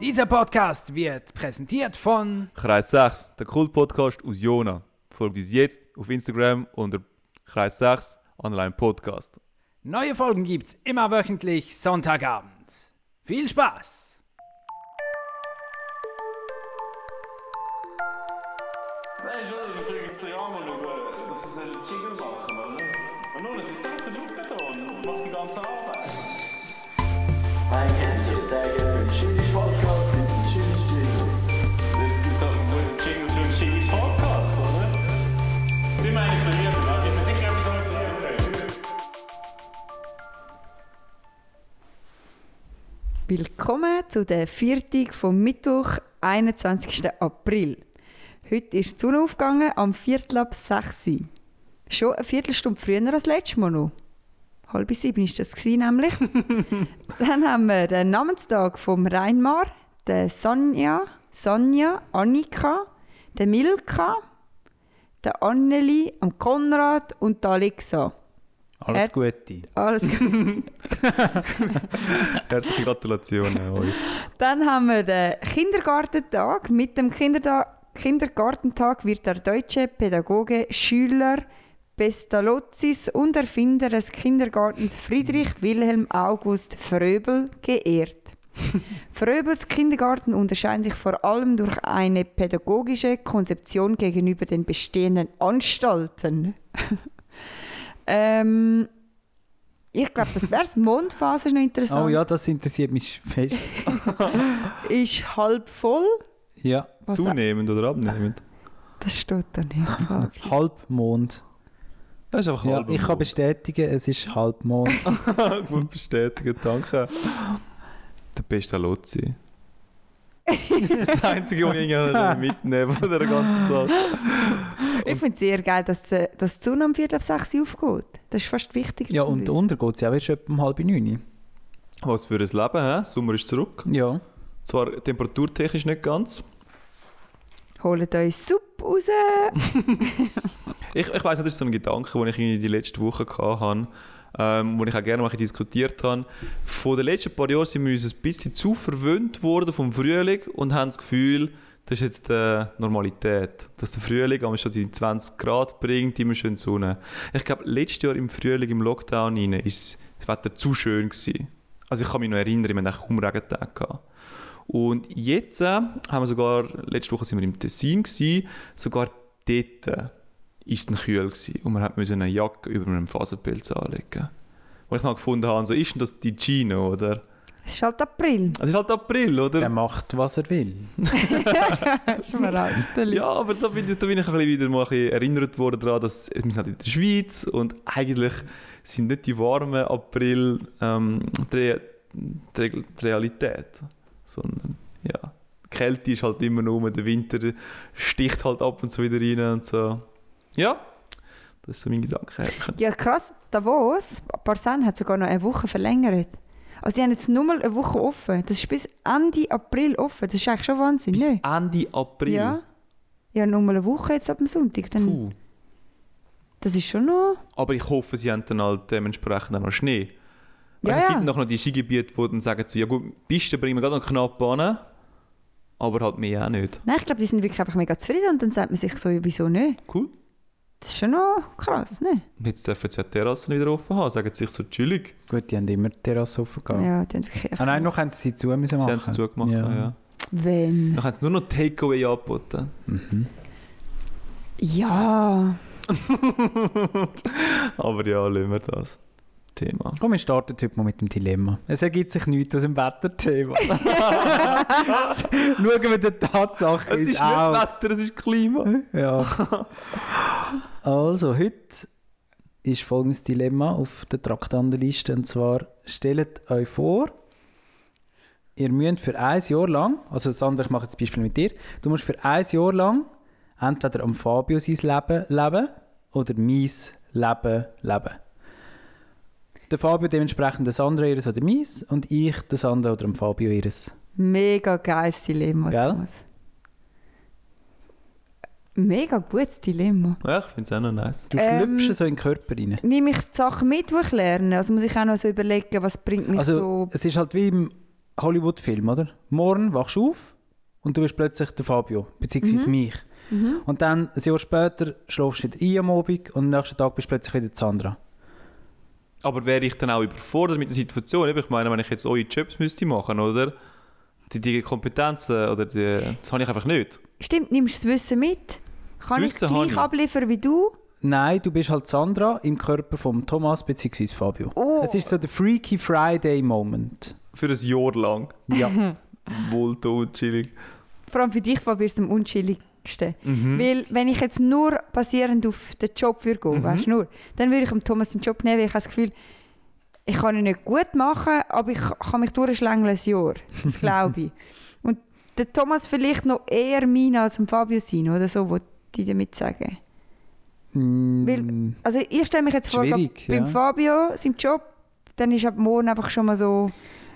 Dieser Podcast wird präsentiert von Kreis 6, der Kult-Podcast aus Jona. Folgt uns jetzt auf Instagram unter Kreis 6 Online Podcast. Neue Folgen gibt's immer wöchentlich Sonntagabend. Viel Spaß! Nein, schon, ich frage jetzt den Jan mal schauen. Das ist ein Jingle machen, oder? Und nun, es ist selbst der Luftbeton und macht die ganze Arbeit. I can't say it's that different. Cheese podcast, it's cheese cheese. Jetzt gibt es halt so einen Jingle für einen Jingle Podcast, oder? Die meine ich bei jedem, also ich bin sicher, etwas anderes empfehlen. Willkommen zu der Viertig vom Mittwoch, 21. April. Heute ist die Sonne aufgegangen am Viertel ab 6 Uhr. Schon eine Viertelstunde früher als letztes Mal noch. Halb sieben war das gewesen, nämlich. Dann haben wir den Namenstag vom Reinmar, der Sonja, Sonja, Annika, der Milka, der Anneli, am Konrad und der Alexa. Alles Ä- Gute. Alles gut. Herzliche Gratulation an euch. Dann haben wir den Kindergartentag. Mit dem Kinderda Kindergartentag wird der deutsche Pädagoge, Schüler Pestalozis und Erfinder des Kindergartens Friedrich Wilhelm August Fröbel geehrt. Fröbels Kindergarten unterscheidet sich vor allem durch eine pädagogische Konzeption gegenüber den bestehenden Anstalten. ähm, ich glaube, das wäre Mondphase ist noch interessant. Oh ja, das interessiert mich fest. Ist halb voll. Ja, Was Zunehmend oder abnehmend? Das steht da nicht. Fabi. Halbmond. Das ist einfach Ja, halb ich kann bestätigen, es ist Halbmond. bestimmt. Gut bestätigen, danke. Der beste Lotzi. das ist das Einzige, was ich irgendwie mitnehmen von der ganzen Sache. ich finde es sehr geil, dass, die- dass die Sonne um Viertel ab 6 Uhr aufgeht. Das ist fast wichtiger ja, zu und wissen. unter geht es ja auch erst etwa um halb neun. Was für ein Leben, hä? Sommer ist zurück. Ja. Zwar temperaturtechnisch nicht ganz. Holt euch Suppe raus. Ich, ich weiß, das ist so ein Gedanke, den ich irgendwie die letzte Woche hatte, ähm, wo ich auch gerne mal ein bisschen diskutiert habe. Von den letzten paar Jahren sind wir uns ein bisschen zu verwöhnt worden vom Frühling und haben das Gefühl, das ist jetzt die Normalität. Dass der Frühling einmal schon seine 20 Grad bringt, immer schön Sonne. Ich glaube, letztes Jahr im Frühling, im Lockdown rein, ist das Wetter zu schön gewesen. Also ich kann mich noch erinnern, wir hatten eigentlich kaum Regentag. gehabt. Und jetzt äh, haben wir sogar, letzte Woche sind wir im Tessin, gewesen, sogar dort äh, ist es kühl gewesen und man musste eine Jacke über einem Faserpilz anlegen. Wo ich dann gefunden habe, so, ist denn das die Gino, oder? Es ist halt April. Es ist halt April, Der oder? macht, was er will. Schon mal alt. Ja, aber da bin, ich- da bin ich ein bisschen wieder mal ein bisschen erinnert worden daran, dass es- wir sind in der Schweiz und eigentlich sind nicht die warmen April ähm, die, Re- die, Regel- die Realität, sondern ja, die Kälte ist halt immer nur, der Winter sticht halt ab und zu wieder rein und so. Ja, das ist so mein Gedanke. Ja, krass. Davos, Barcelona hat sogar noch eine Woche verlängert. Also die haben jetzt nur mal eine Woche offen. Das ist bis Ende April offen. Das ist eigentlich schon Wahnsinn, Bis ne? Ende April. Ja. Ja, nur mal eine Woche jetzt ab dem Sonntag. Dann, Puh. Das ist schon noch... Aber ich hoffe, sie haben dann halt dementsprechend auch noch Schnee. Also Ja, es ja. gibt noch, noch die Skigebiete, die dann sagen, so, ja gut, Pisten bringen wir gerade noch knapp an, aber halt mehr auch nicht. Nein, ich glaube, die sind wirklich einfach mega zufrieden und dann sagt man sich so, ja, wieso nicht? Cool. Das ist schon noch krass, ne? Und jetzt dürfen sie ja die Terrassen wieder offen haben, sagen sich so chillig. Gut, die haben immer die Terrasse offen gehabt. Ja, die haben wirklich Ah einfach... nein, noch haben sie sie zu müssen Sie machen. haben es zugemacht. ah, Ja. Ja. Wenn... Dann haben sie nur noch Takeaway angeboten. Ja, Aber ja, lassen wir das Thema. Komm, wir starten heute mal mit dem Dilemma. Es ergibt sich nichts aus dem Wetterthema. Schauen wir der Tatsache Es ist ins nicht Auge. Wetter, es ist Klima. Ja. Also, heute ist folgendes Dilemma auf der Traktandenliste. Und zwar, stellt euch vor, ihr müsst für ein Jahr lang, also Sandra, ich mache jetzt das Beispiel mit dir, du musst für ein Jahr lang entweder am Fabio sein Leben leben oder mein Leben leben. Der Fabio dementsprechend das andere ihres oder meins und ich das andere oder am Fabio ihres. mega geiles Dilemma, Gell? Thomas. Mega gutes Dilemma. Ja, ich finde es auch noch nice. Du Ähm, schlüpfst so in den Körper rein. Nehme ich die Sachen mit, die ich lerne? Also muss ich auch noch so überlegen, was bringt mich Also so... es ist halt wie im Hollywood-Film, oder? Morgen wachst du auf und du bist plötzlich der Fabio, beziehungsweise Mhm. mich. Und dann, ein Jahr später, schläfst du wieder ein am Abend und am nächsten Tag bist du plötzlich wieder die Sandra. Aber wäre ich dann auch überfordert mit der Situation? Eben, Ich meine, wenn ich jetzt eure Jobs müsste machen, oder? Die, die Kompetenzen, oder die, das habe ich einfach nicht. Stimmt, nimmst du das Wissen mit? Kann Das ich Wissen habe gleich ich. abliefern wie du? Nein, du bist halt Sandra im Körper von Thomas bzw. Fabio. Oh. Es ist so der Freaky Friday-Moment. Für ein Jahr lang. Ja. Wohltun, chillig. Vor allem für dich, Fabio, ist es am unschilligsten. Hm? Weil, wenn ich jetzt nur basierend auf den Job würde Mhm. gehen, weißt du, nur, dann würde ich dem Thomas den Job nehmen, weil ich habe das Gefühl, ich kann ihn nicht gut machen, aber ich kann mich durchschlängeln ein Jahr. Das glaube ich. Und der Thomas vielleicht noch eher mein als dem Fabio sein, oder so, wollte ich damit sagen. Mm, Weil- Also ich stelle mich jetzt vor, Schwierig, beim ja. Fabio, seinem Job, dann ist ab morgen einfach schon mal so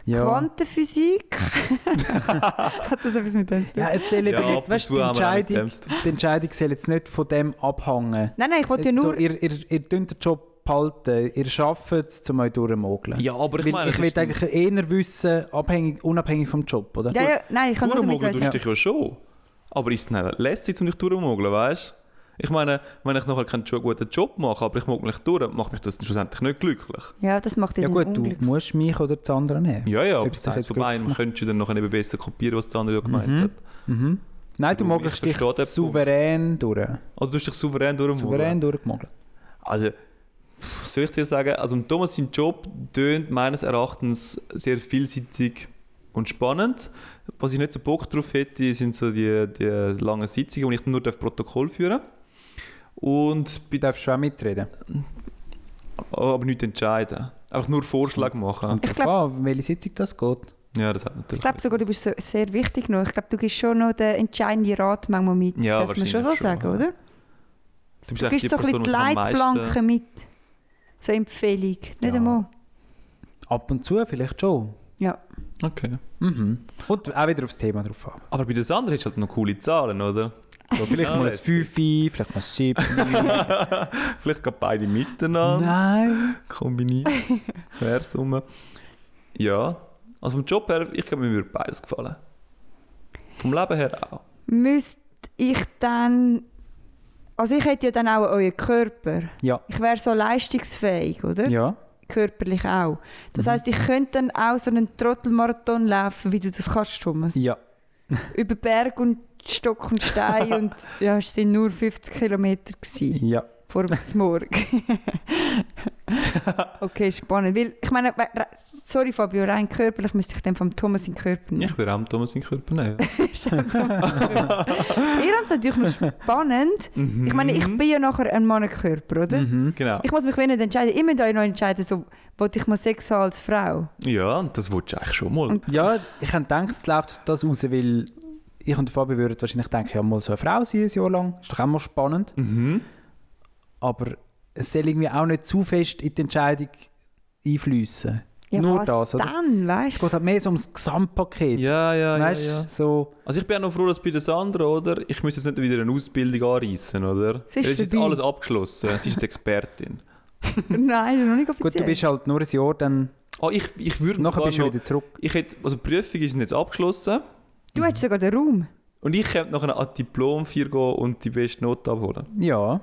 ja. Quantenphysik. Hat das etwas mit dem zu tun? ja, es soll eben Ja, ab jetzt, und weißt du, zu die haben wir auch mit Entscheidung, dem zu die Entscheidung soll jetzt nicht von dem abhängen. Nein, nein, ich wollte ja nur... Äh, so, ihr, ihr, ihr tut den Job behalten, ihr arbeitet es, um euch durchzumogeln. Ja, aber ich Weil meine, ich es will ist- eigentlich eher wissen, abhängig, unabhängig vom Job, oder? ja, ja, nein, ich kann nur damit Durchmogeln tust du wissen. dich ja schon. Aber ist es dann lässig, um dich durchmogeln, weißt du? Ich meine, wenn ich nachher keinen jo- guten Job mache, aber ich mogel mich durch, macht mich das schlussendlich nicht glücklich. Ja, das macht dich Ja ja, gut, unglücklich. du musst mich oder das andere nehmen. Ja, ja, aber Ob es das dich heisst, jetzt vom einen glücklich könntest du dann noch ein bisschen besser kopieren, was der andere ja gemeint Mhm. hat. Nein, du Du, ich mogelst dich verstehe den Punkt. souverän durch. Oder du hast dich souverän durchmogeln. Souverän durchgemogelt. Also, was soll ich dir sagen? Also, Thomas, sein Job tönt meines Erachtens sehr vielseitig und spannend. Was ich nicht so Bock drauf hätte, sind so die, die langen Sitzungen, wo ich nur darf Protokoll führen Und bei Du darfst schon auch mitreden. aber nicht entscheiden. Einfach nur Vorschläge machen. Ich Drauf glaube an, um welche Sitzung das geht. Ja, das hat natürlich. ich glaub sogar, du bist so, sehr wichtig noch. Ich glaube, du gibst schon noch den entscheidenden Rat manchmal mit. Ja, Darf man schon so wahrscheinlich schon, sagen, ja. oder? bist Du eigentlich gibst so ein bisschen die die am meisten- Leitplanken mit. So Empfehlung. Nicht Ja. einmal. Ab und zu vielleicht schon. Ja. Okay. Mhm. Kommt auch wieder aufs Thema drauf an. Aber bei den anderen hast du halt noch coole Zahlen, oder? So, vielleicht Ja, mal ein lässig. 5, vielleicht mal ein 7. Vielleicht gerade beide miteinander. Nein. kombiniert. Quersumme. Ja, also vom Job her, ich glaube, mir würde beides gefallen. Vom Leben her auch. Müsste ich dann... Also ich hätte ja dann auch euren Körper. Ja. Ich wäre so leistungsfähig, oder? Ja. Körperlich auch. Mhm. Das heisst, ich könnte dann auch so einen Trottelmarathon laufen, wie du das kannst, Thomas. Ja. Über Berg und Stock und Stein und ja, es sind nur 50 Kilometer gewesen. Ja. vorwärts morgen. okay, spannend. Weil, ich meine, we- re- sorry Fabio, rein körperlich müsste ich dann vom Thomas in den Körper nehmen. Ich würde auch Thomas in den Körper nehmen. Ihr habt es natürlich noch spannend. Mhm. Ich meine, ich bin ja nachher ein Mannenkörper, oder? Genau. Ich muss mich wenig entscheiden. Ich muss euch noch entscheiden, so, wollte ich mal Sex haben als Frau? Ja, und das willst du eigentlich schon mal. Und- Ja, ich habe gedacht, es läuft auf das raus, weil ich und der Fabi würden wahrscheinlich denken, ja, mal so eine Frau sein, ein Jahr lang. Ist doch auch mal spannend. Mhm. Aber es soll irgendwie auch nicht zu fest in die Entscheidung einfließen. Ja, Nur was das, oder? dann, weißt Es du? geht halt mehr so ums Gesamtpaket. Ja, ja, ja, weißt ja. so. Also ich bin auch noch froh, dass bei den Sandra, oder? Ich muss jetzt nicht wieder eine Ausbildung anreißen, oder? Sie ist Es ist jetzt vorbei. alles abgeschlossen. Sie ist jetzt Expertin. Nein, noch nicht offiziell. Gut, du bist halt nur ein Jahr, dann Ah, ich, ich würde nachher sogar bist du noch... wieder zurück. Ich hätte, also die Prüfung ist jetzt abgeschlossen. Du hättest sogar den Raum. Und ich könnte nachher an die Diplom 4 gehen und die beste Note abholen. Ja,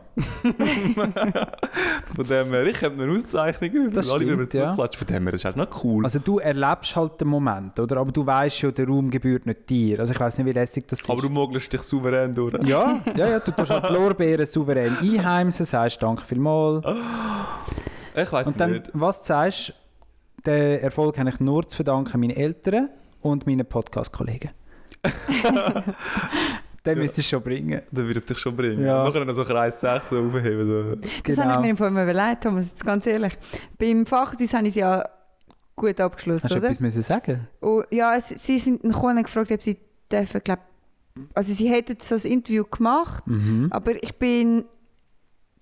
Von dem her, ich habe eine Auszeichnung über Das alle, die mir stimmt, ja. zuklatschen. Von dem her, das ist halt noch cool. also du erlebst halt den Moment, oder? Aber du weißt schon, der Raum gebührt nicht dir. Also ich weiß nicht, wie lässig das aber du ist. mogelst dich souverän durch. Ja, ja, ja, du tust halt die Lorbeeren souverän einheimsen, sagst danke vielmals. Ich weiß Und dann, nicht. was du sagst, den Erfolg habe ich nur zu verdanken meinen Eltern und meinen Podcast-Kollegen. den Ja. müsstest du schon bringen. Dann würde ich dich schon bringen. Ja. Ja. Nachher noch so Kreis 6 so aufheben. So. Das habe ich Genau. mir im Fall mal überlegt, Thomas, jetzt ganz ehrlich. Beim Fachdienst habe ich es ja gut abgeschlossen, Hast du oder? etwas müssen sagen? Und ja, es, sie sind dann gekommen und haben gefragt, ob sie dürfen, glaub, also sie hätten so ein Interview gemacht, Mhm. aber ich bin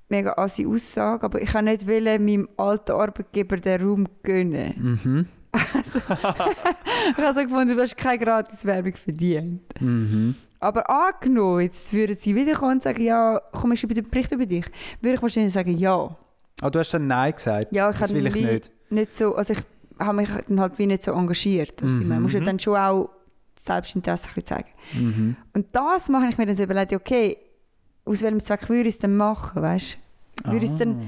mega assi Aussage, aber ich kann nicht wollen, meinem alten Arbeitgeber den Raum gönnen. Also, Mhm. Ich habe so gefunden, du hast keine Gratiswerbung verdient. Mhm. Aber angenommen, jetzt würden sie wiederkommen und sagen, ja, komm, ich schreibe den Bericht über dich, würde ich wahrscheinlich sagen, ja. Ah, du hast dann Nein gesagt. Ja, ich das habe will ich nie- nicht. Nicht so, also ich habe mich dann halt wie nicht so engagiert. Also Man Mhm. muss ja dann schon auch das Selbstinteresse ein bisschen zeigen. Und das mache ich mir dann so überlegt, okay, aus welchem Zweck würde ich es denn machen, weißt du? Würde ich es dann,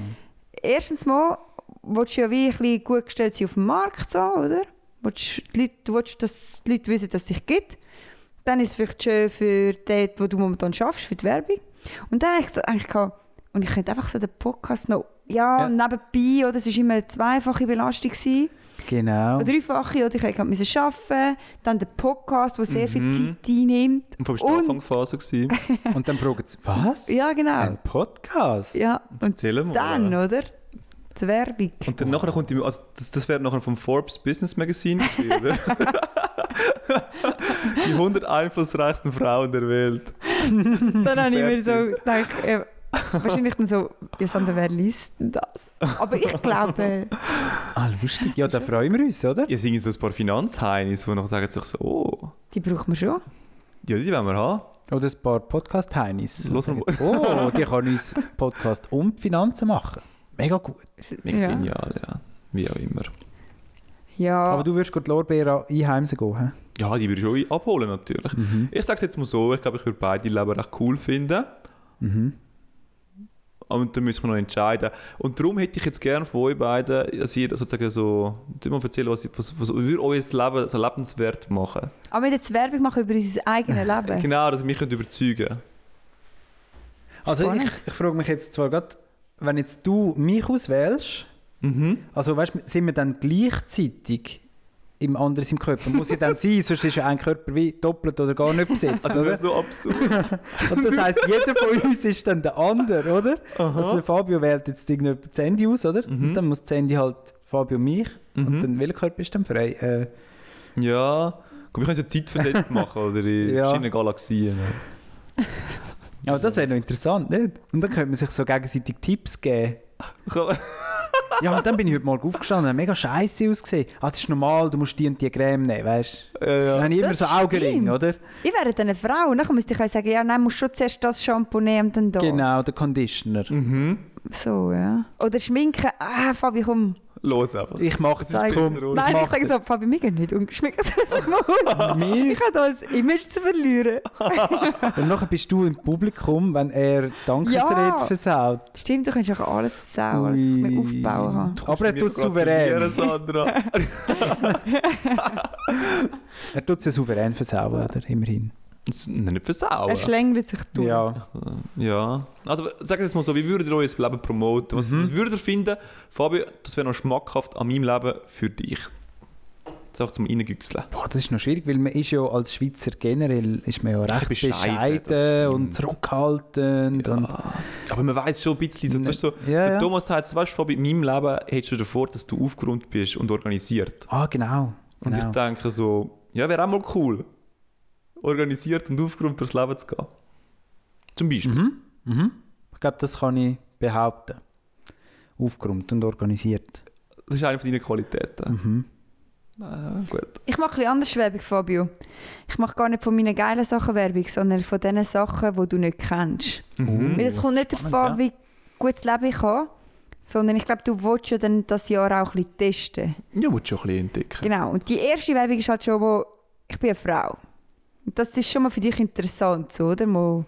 erstens mal, willst du ja wie ein bisschen gut gestellt sein auf dem Markt, so, oder? Willst, die Leute, du willst, dass die Leute wissen, dass es dich gibt. Dann ist es vielleicht schön für dort, wo du momentan schaffst, für die Werbung. Und dann habe ich so eigentlich gehabt, und ich könnte einfach so den Podcast noch, ja, Ja. nebenbei, oder es war immer eine zweifache Belastung. Gewesen. Genau. Eine dreifache, oder ich musste gerade arbeiten, dann der Podcast, der sehr viel Mhm. Zeit einnimmt. Und vom Und- Anfangsphase gewesen. Und dann fragen sie, was? Ja, genau. Ein Podcast? Ja, und Erzähl mal. dann, oder? Die Werbung. Und dann nachher kommt die, also das, das wäre nachher vom Forbes Business Magazine gewesen, oder? die 100 einflussreichsten Frauen der Welt. Dann habe ich mir so Experte. gedacht, äh, wahrscheinlich dann so, ja, Sander, wer liest denn das? Aber ich glaube, Ah, lustig. Ja, da freuen wir uns, oder? Ja, sind so ein paar Finanzheinis, die nachher sagen sich so, oh, die braucht man schon. ja, die wollen wir haben. Oder ein paar Podcast-Heinis. Los mal. Oh, die kann uns Podcast und Finanzen machen. Mega gut. Mega Ja. genial, ja. Wie auch immer. Ja, Aber du würdest gut die Lorbeer einheimsen gehen, hä? Ja, die würde ich schon abholen natürlich. Ich sage es jetzt mal so, ich glaube, ich würde beide Leben recht cool finden. Mhm. Und dann müssen wir noch entscheiden. Und darum hätte ich jetzt gerne von euch beiden, dass ihr sozusagen so, tut mal erzählen, was, was, was würde euer Leben so lebenswert machen. aber wir jetzt Werbung machen über unser eigenes Äh. Leben. Genau, dass ihr mich könnt überzeugen könnt. Also ich, Spannend. ich frage mich jetzt zwar gerade, wenn jetzt du mich auswählst, Mhm. also weißt, sind wir dann gleichzeitig im anderen im Körper? Muss ich dann sein, sonst ist ja ein Körper wie doppelt oder gar nicht besetzt. Also das oder? wäre so absurd. Und das heisst, jeder von uns ist dann der andere, oder? Also der Fabio wählt jetzt irgendwie das Handy aus, oder? Und dann muss das Handy halt Fabio mich. Und dann welcher Körper ist dann frei? Äh, ja, Komm, wir können es ja zeitversetzt machen, oder in Ja. verschiedenen Galaxien. aber das wäre noch interessant, nicht? Und dann könnte man sich so gegenseitig Tipps geben. Komm, Ja, und dann bin ich heute Morgen aufgestanden und habe mega scheiße ausgesehen. Ah, das ist normal, du musst die und die Creme nehmen, weißt du? ja, ja. Dann habe ich immer Das so Augenring, stimmt. oder? Ich wäre dann eine Frau, und dann müsste ich euch sagen, ja, nein, musst schon zuerst das Shampoo nehmen und dann das. Genau, der Conditioner. Mhm. So, ja. Oder schminken, ah, Fabi, komm. Los einfach. Ich mache es Zeig- jetzt, komm. Nein, Nein, ich mach sage so, Fabi, mir geht nicht ungeschminkt aus dem Haus. Mir? Ich habe da ein Image zu verlieren. das. Und nachher bist du im Publikum, wenn er Dankesrede Ja. versaut. Stimmt, du kannst auch alles versauen, alles was ich mir Ui. aufbauen habe. Aber er Mir tut es gratulieren, souverän. Sandra. Er tut es souverän versauen, oder? Immerhin. Das- Nein, nicht Er versauen. schlängelt sich durch. Ja. Ja. Also sag jetzt mal so, wie würdet ihr euer Leben promoten? Mhm. Was, was würdet ihr finden, Fabio, das wäre noch schmackhaft an meinem Leben für dich? Das auch zum Reingüchseln. Boah, das ist noch schwierig, weil man ist ja als Schweizer generell ist man ja recht bescheiden, bescheiden, das und stimmt. zurückhaltend. Und, Ah. Aber man weiß schon ein bisschen, so, Ne- weißt du, Also, so, Ja, der ja. Thomas sagt, so, weißt du, Fabio, in meinem Leben hättest du davor, dass du aufgeräumt bist und organisiert. ah, genau. Und genau. ich denke so, ja, wäre auch mal cool, organisiert und aufgeräumt durchs Leben zu gehen. Zum Beispiel. Mhm. Ich glaube, das kann ich behaupten. Aufgeräumt und organisiert. Das ist eine von deinen Qualitäten. Mhm. Ah, gut. Ich mache ein bisschen anders Werbung, Fabio. Ich mache gar nicht von meinen geilen Sachen Werbung, sondern von den Sachen, die du nicht Hm, kennst. Mhm. Weil es kommt nicht darauf an, wie gut das Leben ich habe, sondern ich glaube, du willst ja dann das Jahr auch ein bisschen testen. Ja, musst du schon ein bisschen entdecken. Genau. Und die erste Werbung ist halt schon, wo ich bin eine Frau. Und das ist schon mal für dich interessant, so, oder? Mal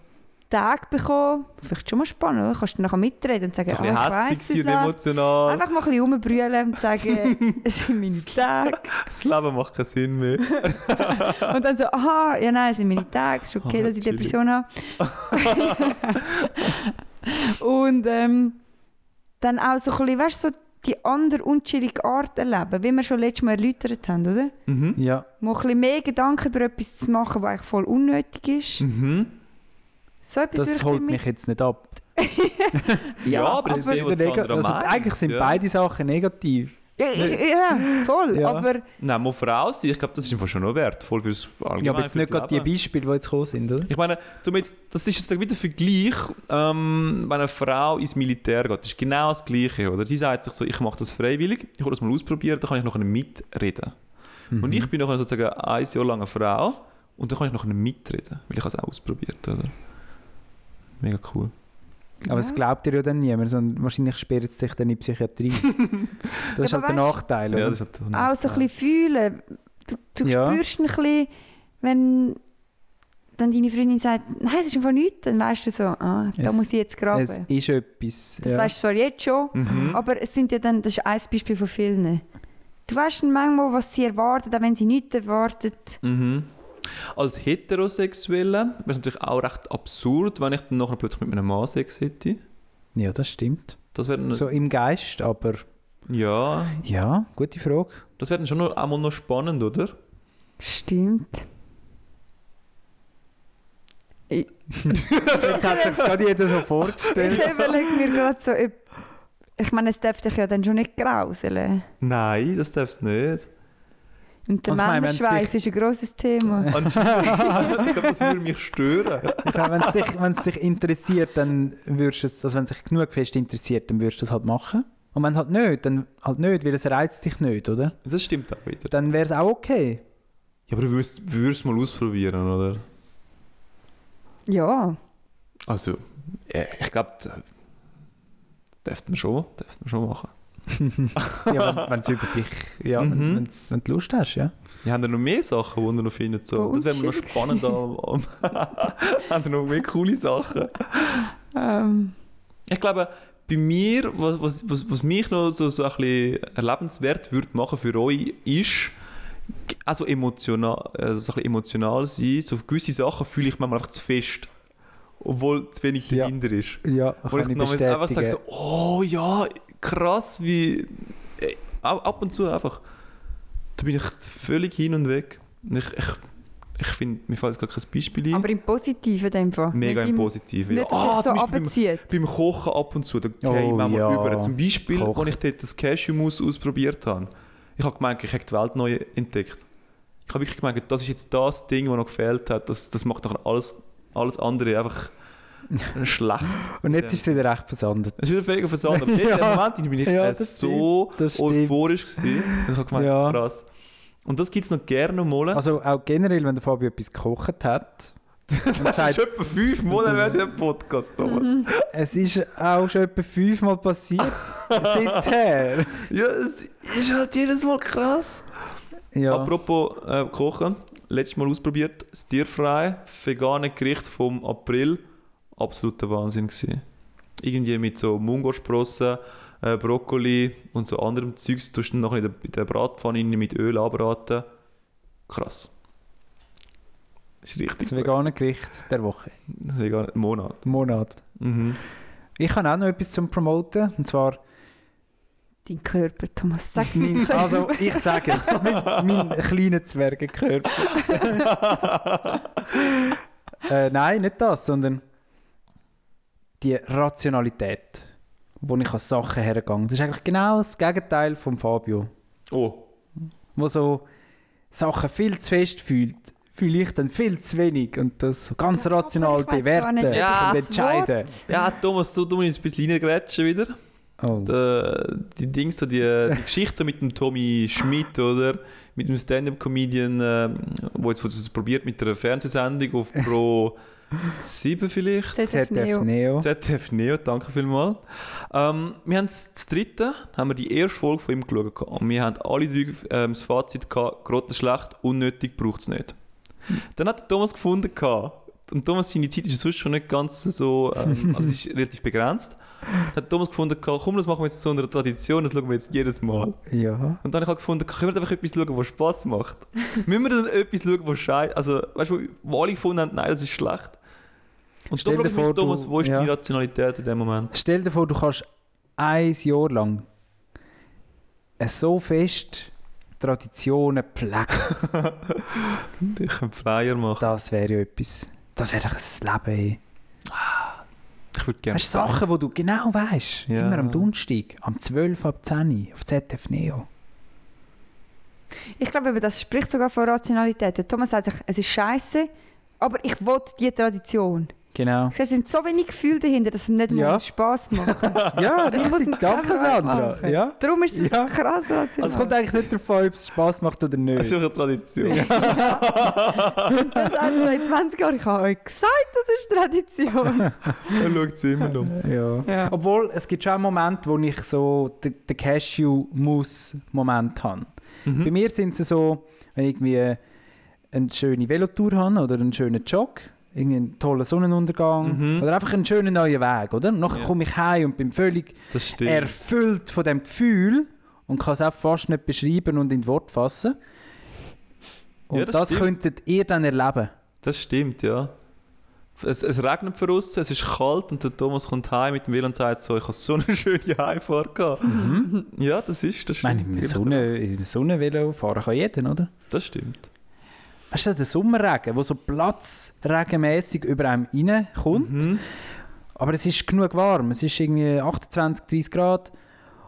Tag bekommen, vielleicht schon mal spannend, oder? Kannst du nachher mitreden und sagen, Ein bisschen ah, ich hässig weiss, sein, und es läuft. emotional. Einfach mal ein bisschen rumbrüllen und sagen, es sind meine Tage. Das Leben macht keinen Sinn mehr. Und dann so, aha, ja nein, es sind meine Tage, es ist okay, Ah, Oh, dass ich chillig. Depression habe. und ähm, dann auch so ein bisschen, weißt du, so die andere unchillige Art erleben, wie wir schon letztes Mal erläutert haben, oder? Mhm. Ja, Mal ein bisschen mehr Gedanken über etwas zu machen, was eigentlich voll unnötig ist. Mhm. So etwas Hm. würde das ich holt damit- mich jetzt nicht ab. Ja, aber ich sehe, was überlege- Sandra also, meint. Eigentlich sind Ja. beide Sachen negativ. Ja, ich, ja voll, Ja. aber Nein, muss Frau sein. Ich glaube, das ist einfach schon noch wertvoll fürs Allgemeine. Ja, aber jetzt nicht fürs gerade die Leben. Beispiele, die jetzt gekommen sind, oder? Ich meine, zum jetzt, das ist jetzt wieder ein Vergleich, ähm, wenn eine Frau ins Militär geht. Das ist genau das Gleiche, oder? Sie sagt sich so, ich mache das freiwillig, ich will das mal ausprobieren, dann kann ich noch mitreden. Mhm. Und ich bin noch sozusagen ein Jahr lang eine Frau und dann kann ich noch mitreden, weil ich es auch ausprobiert oder? Mega cool. Aber das glaubt dir ja dann niemand, sondern wahrscheinlich sperrt es dich dann in die Psychiatrie. das ist aber halt der weißt- Nachteil, Ja, oder? das ist halt Auch so ein bisschen fühlen. Du, du Ja. spürst ein bisschen, wenn dann deine Freundin sagt, nein, es ist einfach nichts, dann weißt du so, ah, da Es- muss ich jetzt graben. es ist etwas. das ja. weißt du zwar jetzt schon, Mhm. aber es sind ja dann, das ist ein Beispiel von vielen. Du weißt dann manchmal, was sie erwartet, auch wenn sie nichts erwartet. Mhm. Als Heterosexueller wäre es natürlich auch recht absurd, wenn ich dann nachher plötzlich mit meinem Mann Sex hätte. ja, das stimmt. Das wäre dann- So im Geist, aber ja, ja, gute Frage. das wäre dann schon noch, auch mal noch spannend, oder? Stimmt. Jetzt hat sich gerade jeder so vorgestellt. Ich überlege mir gerade so, ob, ich meine, es dürfte dich ja dann schon nicht grauseln. Nein, das darf es nicht. Und der Also ich meine, wenn's Männerschweiß ist ein grosses Thema. Anscheinend, ich glaube, das würde mich stören. Wenn es dich, wenn's dich interessiert, dann würdest du es, also wenn es dich genug fest interessiert, dann würdest du es halt machen. Und wenn halt nicht, dann halt nicht, weil es reizt dich nicht, oder? Das stimmt auch wieder. Dann wäre es auch okay. Ja, aber du würdest würdest mal ausprobieren, oder? Ja, Also, äh, ich glaube, dürfte man schon, dürfte man schon machen. Ja, wenn es über dich, ja, Mhm. wenn's, wenn du Lust hast, ja. Ja, haben da noch mehr Sachen, die ihr noch findet? So. Oh, das wäre mir noch shit. spannend. am, am haben ihr noch mehr coole Sachen? ähm, Ich glaube, bei mir, was, was, was, was mich noch so, so ein bisschen erlebenswert würde machen für euch, ist, also emotional, also so ein bisschen emotional sein. So gewisse Sachen fühle ich manchmal einfach zu fest, obwohl zu wenig Ja. dahinter ist. Ja, Wo ich kann ich dann einfach sage, bestätigen. so, oh ja, krass, wie. Äh, ab ab und zu einfach. Da bin ich völlig hin und weg. Und ich ich, ich finde, mir fällt jetzt gar kein Beispiel ein. aber im Positiven in dem Fall. Mega Nicht im Positiven. Nicht, dass Ah, sich so zum Beispiel beim, runterzieht. beim Kochen ab und zu, da gehe ich Oh, manchmal ja. über. Zum Beispiel, Kochen. als ich dort das Cashewmus ausprobiert habe. Ich habe gemerkt, ich habe die Welt neu entdeckt. Ich habe wirklich gemerkt, das ist jetzt das Ding, was noch gefehlt hat. Das, das macht nachher alles, alles andere einfach schlecht. Und jetzt ist es wieder recht besandet. Es ist wieder völlig versandt. Aber ja. in dem Ja. Moment bin ich Ja, äh, das so stimmt, das stimmt. euphorisch gewesen. Und ich habe gemerkt, Ja. krass. Und das gibt es noch gerne mal. Also auch generell, wenn der Fabio etwas gekocht hat, das sagt- ist etwa fünfmal erwähnt in dem Podcast, Thomas. Mhm. es ist auch schon etwa fünfmal passiert seither. Ja, es ist halt jedes Mal krass. Ja, Apropos äh, Kochen. Letztes Mal ausprobiert. Das Tierfrei, vegane Gericht vom April. Absoluter Wahnsinn gewesen. Irgendwie mit so Mungosprossen, äh, Brokkoli und so anderem Zeugs. Du dann nachher in der, in der Bratpfanne rein mit Öl anbraten. Krass. Ist richtig das gut vegane Gericht der Woche, gewesen. Das vegane Monat. Monat. Mhm. Ich habe auch noch etwas zum Promoten, und zwar, Dein Körper, Thomas, sag mein, deinen also Körper. ich sage es, mein, mein kleiner Zwergenkörper. äh, nein, nicht das, sondern die Rationalität, wo ich an Sachen hergegangen. Das ist eigentlich genau das Gegenteil von Fabio. Oh. wo so Sachen viel zu fest fühlt, fühle ich dann viel zu wenig und das so ganz Ja, aber rational ich weiss gar bewerten nicht, ob ich Ja. und das entscheiden. Ja, Thomas, du, du musst ein bisschen reingrätschen wieder. Oh. äh, die Dings, so die, die Geschichte mit dem Tommy Schmidt, oder? Mit dem Stand-Up-Comedian, äh, wo jetzt wo es probiert mit einer Fernsehsendung auf Pro 7 vielleicht. ZDF ZDF Neo. Neo. ZDF Neo, danke vielmals. Ähm, wir haben das das dritte, haben wir die erste Folge von ihm geschaut. gehabt. Und wir haben alle drei ähm, das Fazit gehabt, grottenschlecht, unnötig, braucht es nicht. Dann hat der Thomas gefunden gehabt, und Thomas, seine Zeit ist sonst schon nicht ganz so, ähm, also es ist relativ begrenzt. Dann hat Thomas gefunden gehabt, komm, das machen wir jetzt zu einer Tradition, das schauen wir jetzt jedes Mal. Ja. Und dann habe ich halt gefunden, können wir einfach etwas schauen, was Spass macht? Müssen wir dann etwas schauen, was scheiße. Also, weißt du, wo alle gefunden haben, nein, das ist schlecht. Und Stell dir da frage ich mich, vor, du- Thomas, wo ist ja. deine Rationalität in dem Moment? Stell dir vor, du kannst ein Jahr lang so fest Traditionen pflegen. Ich kann Flyer machen. Das wäre ja etwas. Das wäre doch ein Leben. Ey. Ich würde gerne. Weißt du, Sachen, die du genau weißt. Ja. Immer am Donnerstag, am 12. ab 10 Uhr auf ZDF Neo. Ich glaube, eben, das spricht sogar von Rationalität. Der Thomas sagt sich, es ist scheiße, aber ich will die Tradition. Genau. Es sind so wenig Gefühle dahinter, dass es ihm nicht Ja. mal Spass macht. Ja, Das muss ihm richtig. Danke, keinen Spass Sandra. machen. Ja. Darum ist es Ja. so krass Also es rational. kommt eigentlich nicht darauf an, ob es Spass macht oder Das ist nicht. eine Tradition. Dann sagt er so in 20 Jahren, ich habe euch gesagt, das ist Tradition. Er schaut sie immer noch. Ja. Ja. Obwohl, es gibt schon auch Momente, wo ich so den, den Cashew-Muss-Moment habe. Mhm. Bei mir sind es so, wenn ich irgendwie eine schöne Velotour habe oder einen schönen Jog, irgendwie einen tollen Sonnenuntergang Mhm. oder einfach einen schönen neuen Weg, oder? Und nachher Ja. komme ich heim und bin völlig Das stimmt. erfüllt von dem Gefühl und kann es auch fast nicht beschreiben und in Wort fassen. Und Ja, das das, stimmt. könntet ihr dann erleben. Das stimmt, ja. Es, es regnet von außen, es ist kalt und der Thomas kommt heim mit dem Will und sagt so, ich habe so eine schöne Heimfahrt gehabt. Ja, das ist, das Ich meine, im stimmt. Sonne, im Sonnenvelo fahren kann jeder, oder? Das stimmt. Hast du den Sommerregen, der so platzregenmäßig über einem reinkommt? Mhm. Aber es ist genug warm. Es ist irgendwie 28, 30 Grad.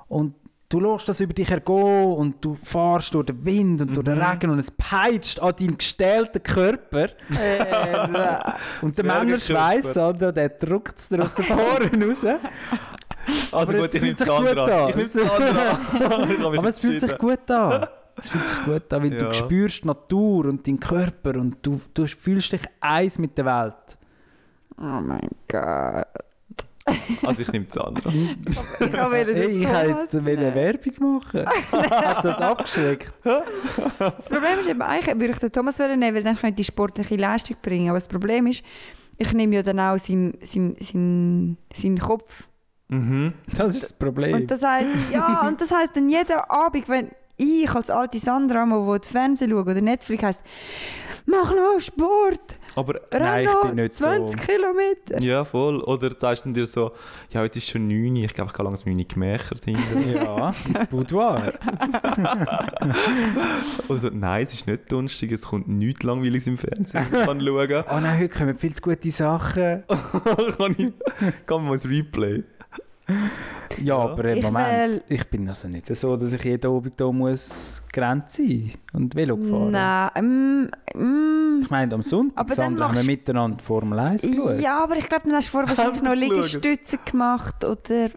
Und du lässt das über dich ergehen und du fährst durch den Wind und durch Mhm. den Regen und es peitscht an deinem gestählten Körper. äh, nein. Und der Zwergenkörper. Männerschweiß, Sandra, der drückt es dir aus den Poren raus. Also Aber gut, es ich nehme fühlt sich das andere gut an. an. Ich nehme das andere an. Ich habe mich Aber es fühlt sich entschieden. gut an. Es fühlt sich gut an, weil Ja. du spürst die Natur und deinen Körper und du, du fühlst dich eins mit der Welt. Oh mein Gott. Also ich nehme das andere. Ich kann wieder Hey, den ich wollte jetzt Thomas eine nehmen. Werbung machen. Hat das abgeschreckt? Das Problem ist eben, eigentlich würde ich den Thomas wollen nehmen, weil dann könnte die sportliche Leistung bringen. Aber das Problem ist, ich nehme ja dann auch seinen, seinen, seinen, seinen Kopf. Mhm. Das ist das Problem. Und das heisst, ja, und das heisst dann jeden Abend, wenn ich als alte Sandra mal die Fernsehen schaue oder Netflix heisst, mach noch Sport, Aber renn Nein, ich noch bin nicht so. 20 Kilometer. ja, voll. Oder sagst du dir so, ja, heute ist schon 9 Uhr, ich glaube, ich gehe langsam 9 Uhr gemächert hinten. Ja, das Boudoir. Und so, nein, es ist nicht dunstig, es kommt nichts Langweiliges im Fernsehen, ich kann schauen. Oh nein, heute kommen viel zu gute Sachen. kann ich, kann man mal das Replay. Ja, aber im Ich Moment, will- ich bin also nicht so, dass ich jeden Abend hier muss Grenze sein und Velo fahren. Nein, mm, mm, Ich meine, am Sonntag, Aber dann Sandra, haben wir machst- miteinander Formel 1 geschaut. Ja, aber ich glaube, dann hast du vorher wahrscheinlich noch Endlich Liegestütze gemacht oder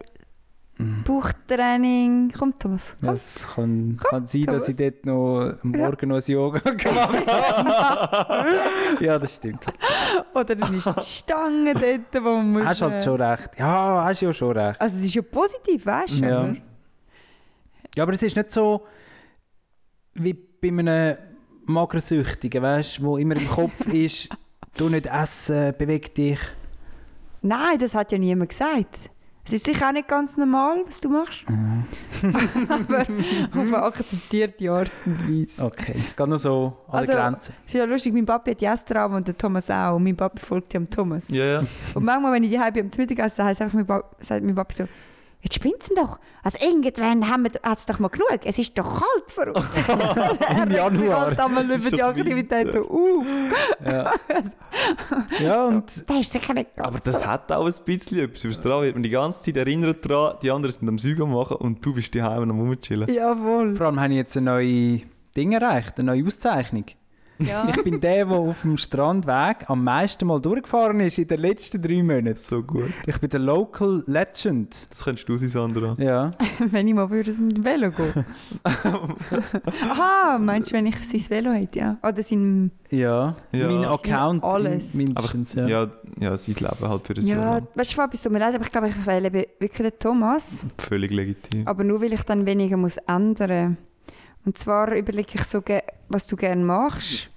Mhm. Bauchtraining. Komm, Thomas. Komm. Es kann, kann sein, dass Thomas. ich dort noch am morgen noch ein Yoga gemacht habe. ja, das stimmt. Oder dann ist die Stange dort, wo man. äh, Hast halt schon recht. Ja, hast ja schon recht. Also, es ist ja positiv, weißt du? Ja. aber- Ja, aber es ist nicht so wie bei einem Magersüchtigen, weißt du, wo immer im Kopf ist, du nicht essen, beweg dich. Nein, das hat ja niemand gesagt. Es ist sicher auch nicht ganz normal, was du machst. aber auf eine akzeptierte Art und Weise. Okay, geht nur so Oh, an Also- der Grenze. Es ist ja lustig, mein Papi hat Jastraum und der Thomas auch. Und mein Papi folgt dem Thomas. Ja, ja. Und manchmal, wenn ich daheim bin, am Mittagessen, heisst einfach mein Papa, sagt mein Papa so, jetzt spinnt's denn doch. Also irgendwann hat es doch mal genug. Es ist doch kalt für uns. Im Januar. Halt einmal Es ist über die doch Aktivität auf. Ja. ja, und Der ist sicher nicht ganz Aber das hat auch ein bisschen etwas. Übers Dran wird man die ganze Zeit erinnert daran, die anderen sind am Säugen machen und du bist daheim am Rumchillen. Jawohl. vor allem habe ich jetzt ein neues Ding erreicht, eine neue Auszeichnung. Ja. Ich bin der, der auf dem Strandweg am meisten Mal durchgefahren ist in den letzten drei Monaten. So gut. Ich bin der Local Legend. Das könntest du sein, Sandra. Ja. wenn ich mal würde mit dem Velo gehen. Aha, meinst du, wenn ich sein Velo hätte, ja. Oder sein... Ja. Ja. Mein Das sind Account. alles. in- Aber Mindestens, ja. ja. Ja, sein Leben halt für ein Jahr Ja, lang. weißt du, Fabi, es tut mir leid, aber ich glaube, ich wähle eben wirklich den Thomas. Mhm. Völlig legitim. Aber nur, weil ich dann weniger muss ändern Und zwar überlege ich so, ge- was du gerne machst.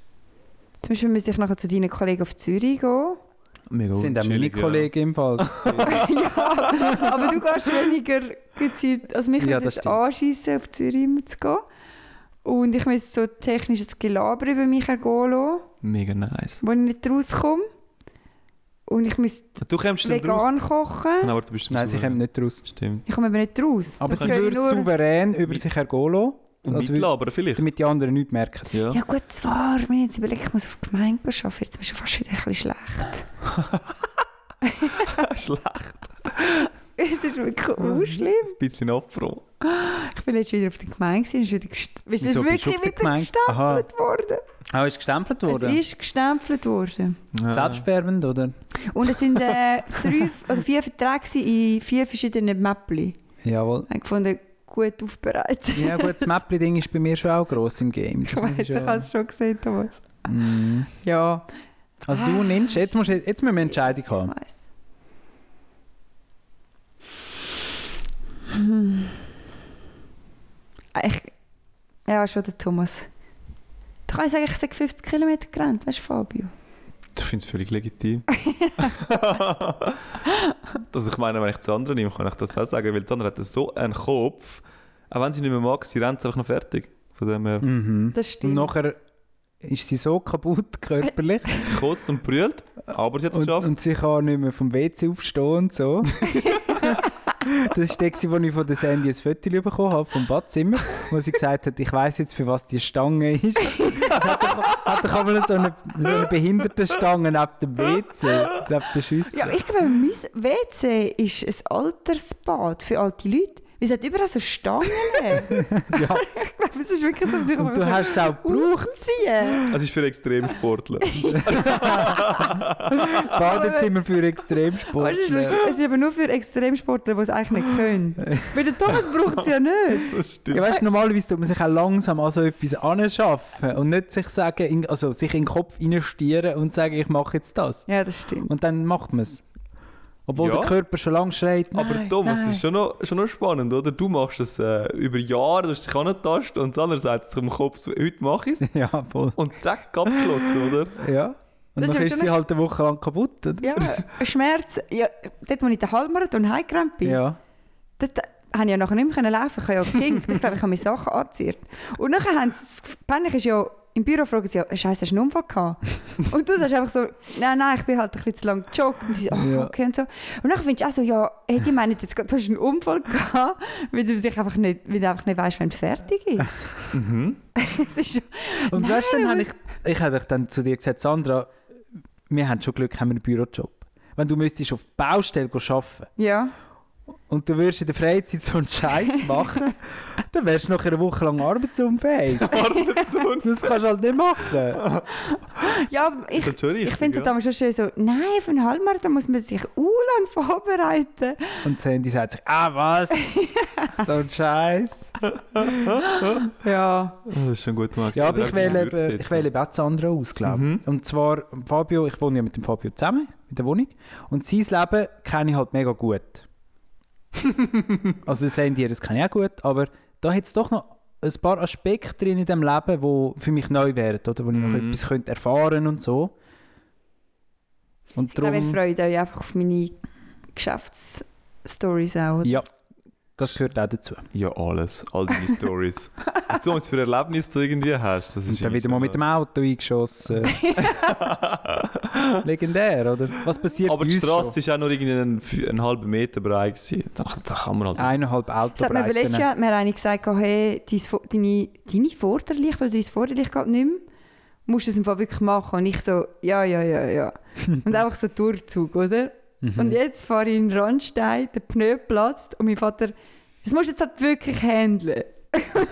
Zum Beispiel müsste ich nachher zu deinen Kollegen auf Zürich gehen. Mega Das sind auch meine chillig, ja. Kollegen im Fall. ja, aber du gehst weniger gezielt. Also mich Ja, ja, das jetzt stimmt. anschiessen, auf Zürich immer zu gehen. Und ich müsste so technisches Gelaber über mich ergehen lassen, Mega nice. wo ich nicht rauskomme. Und ich müsste Ah, Du kommst dann raus. vegan kochen. Nein, aber du bist Nein, sie kommen nicht raus. Stimmt. Ich komme aber nicht raus. Genau. Aber Dann sie gehe würden ich nur- souverän über sich ergehen lassen, Und Also, mitlabern vielleicht. damit die anderen nichts merken. Ja. Ja gut, zwar, wenn ich jetzt überlege, ich muss auf die Gemeinde arbeiten, jetzt bist du fast wieder ein bisschen schlecht. Schlecht. Es ist ist wirklich auch schlimm. Ein bisschen Afro. Ich bin jetzt wieder auf der Gemeinde gewesen, ist wieder gest- ist es Wieso bist du wirklich auf der wieder Gemeinde? gestempelt worden. Auch ist gestempelt Es worden. ist gestempelt worden. Selbstwerbend, oder? Und es sind äh, drei oder vier Verträge gewesen in vier verschiedenen Mäppchen. Jawohl. Ich fand äh, gut aufbereitet. Ja gut, das Mäppli-Ding ist bei mir schon auch gross im Game. Das Ich muss weiß, ich schon- habe es schon gesehen, Thomas. Mm. Ja, Also du nimmst, jetzt, musst, du- jetzt müssen wir eine Entscheidung ich haben. weiß. Hm. Ich, ja, schon der Thomas. Da kann ich sagen, ich sage 50 Kilometer gerannt, weißt du, Fabio? Ich finde es völlig legitim. das, ich meine, wenn ich das andere nehme, kann ich das auch sagen, weil das andere hat so einen Kopf. Auch wenn sie nicht mehr mag, sie rennt einfach noch fertig. Von dem her. Mhm. Das Und stimmt. nachher ist sie so kaputt körperlich Sie kotzt und brüllt, aber sie hat es und, geschafft. und sie kann nicht mehr vom WC aufstehen und so. das ist der, gewesen, wo ich von der Sandy ein Foto bekommen habe, vom Badzimmer, wo sie gesagt hat, ich weiß jetzt, für was die Stange ist. Es hat doch, hat doch einmal so eine, so eine Behindertenstange neben dem WC, neben der Schüssel. Ja, ich glaube, mein WC ist ein Altersbad für alte Leute. Weil es hat überall so Stangen. Ja. Ich glaube, es ist wirklich so, dass ich Und du hast es auch gebraucht. aufziehen. Es Also, ist für Extremsportler. Badezimmer für Aber es, ist, Extremsportler. wirklich- es ist aber nur für Extremsportler, die es eigentlich nicht können. Weil der Thomas braucht es ja nicht. Das Ja, stimmt. weißt, normalerweise tut man sich auch langsam an so etwas anschaffen und nicht sich sagen, in, also sich in den Kopf reinstieren und sagen, ich mache jetzt das. Ja, das stimmt. Und dann macht man es. Obwohl Ja. der Körper schon lange schreit. Aber nein, Thomas, nein. das ist schon noch, schon noch spannend, oder? Du machst es äh, über Jahre, du hast dich angetastet und das andere sagt zum Kopf, so, heute mache ich es. Ja, voll. Und zack, abgeschlossen, oder? Ja. Und Das dann ist ist schon sie halt eine Woche lang kaputt, oder? Ja, Schmerz. Ja, dort, wo ich den Halbmarathon heimgerannt bin, Ja. dort konnte ich ja nachher nicht mehr laufen. Ich habe ja gekinkt. Ich glaube, ich habe meine Sachen angezogen. Und nachher haben sie... Peinlich ist ja... Im Büro fragen sie ja, «Äh, «Scheiße, hast du einen Unfall gehabt?» Und du sagst einfach so, «Nein, nein, ich bin halt ein bisschen zu lange gejoggt.» Und sie so, «Ah, Ja. okay» und so. Und nachher findest du auch so, «Ja, hey, die meinen jetzt gerade, du hast einen Unfall gehabt, weil du dich einfach nicht, weil du einfach nicht weißt, wenn du fertig ist.» Mhm. Es ist schon... Und Nein, weißt du, dann aber- habe ich, ich habe doch dann zu dir gesagt, Sandra, wir haben schon Glück, haben wir einen Bürojob. Wenn du müsstest auf die Baustelle gehen arbeiten Ja. und du würdest in der Freizeit so einen Scheiß machen, dann wärst du nachher eine Woche lang arbeitsunfähig. Das kannst du halt nicht machen. Ja, aber ich... Das ist schon richtig. Ich finde ja. es damals schon schön so, nein, für einen Halbmarathon muss man sich auch lang vorbereiten. Und Sandy sagt sich, ah was? so ein Scheiß. Ja. Ah, Das ist schon gut, Max. Ja, Das aber ich hat er auch wähle, gewürgt eben, dort. ich wähle eben auch das andere aus, glaube ich. Mhm. Und zwar, Fabio, ich wohne ja mit dem Fabio zusammen, mit der Wohnung. Und sein Leben kenne ich halt mega gut. also das Sandy, das kenne ich auch gut, aber da hat es doch noch ein paar Aspekte drin in dem Leben, die für mich neu wären, oder? Wo ich noch Mhm. etwas könnte erfahren und so. Und Ich glaube, ihr darum... freut euch einfach auf meine Geschäftsstories auch. oder? Ja, das gehört auch dazu. Ja, alles. All deine Stories. Was du alles für Erlebnisse du irgendwie hast, das ist Und dann wieder mal mit dem Auto eingeschossen. Legendär, oder? Was passiert Aber bei die uns Straße war auch nur irgendwie einen, f- einen halben Meter breit. gewesen. Da, da kann man halt. schon? Eineinhalb Das hat mir aber letztes Autobreiten. Jahr hat mir eine gesagt, oh, hey, dein, Vo- deine, deine Vorderlicht oder dein Vorderlicht geht nicht mehr. Du musst es im Fall wirklich machen. Und ich so, ja, ja, ja, ja. Und einfach so Durchzug, oder? Und Mhm. jetzt fahre ich in den Randstein, der Pneu platzt und mein Vater, das musst du jetzt halt wirklich handeln.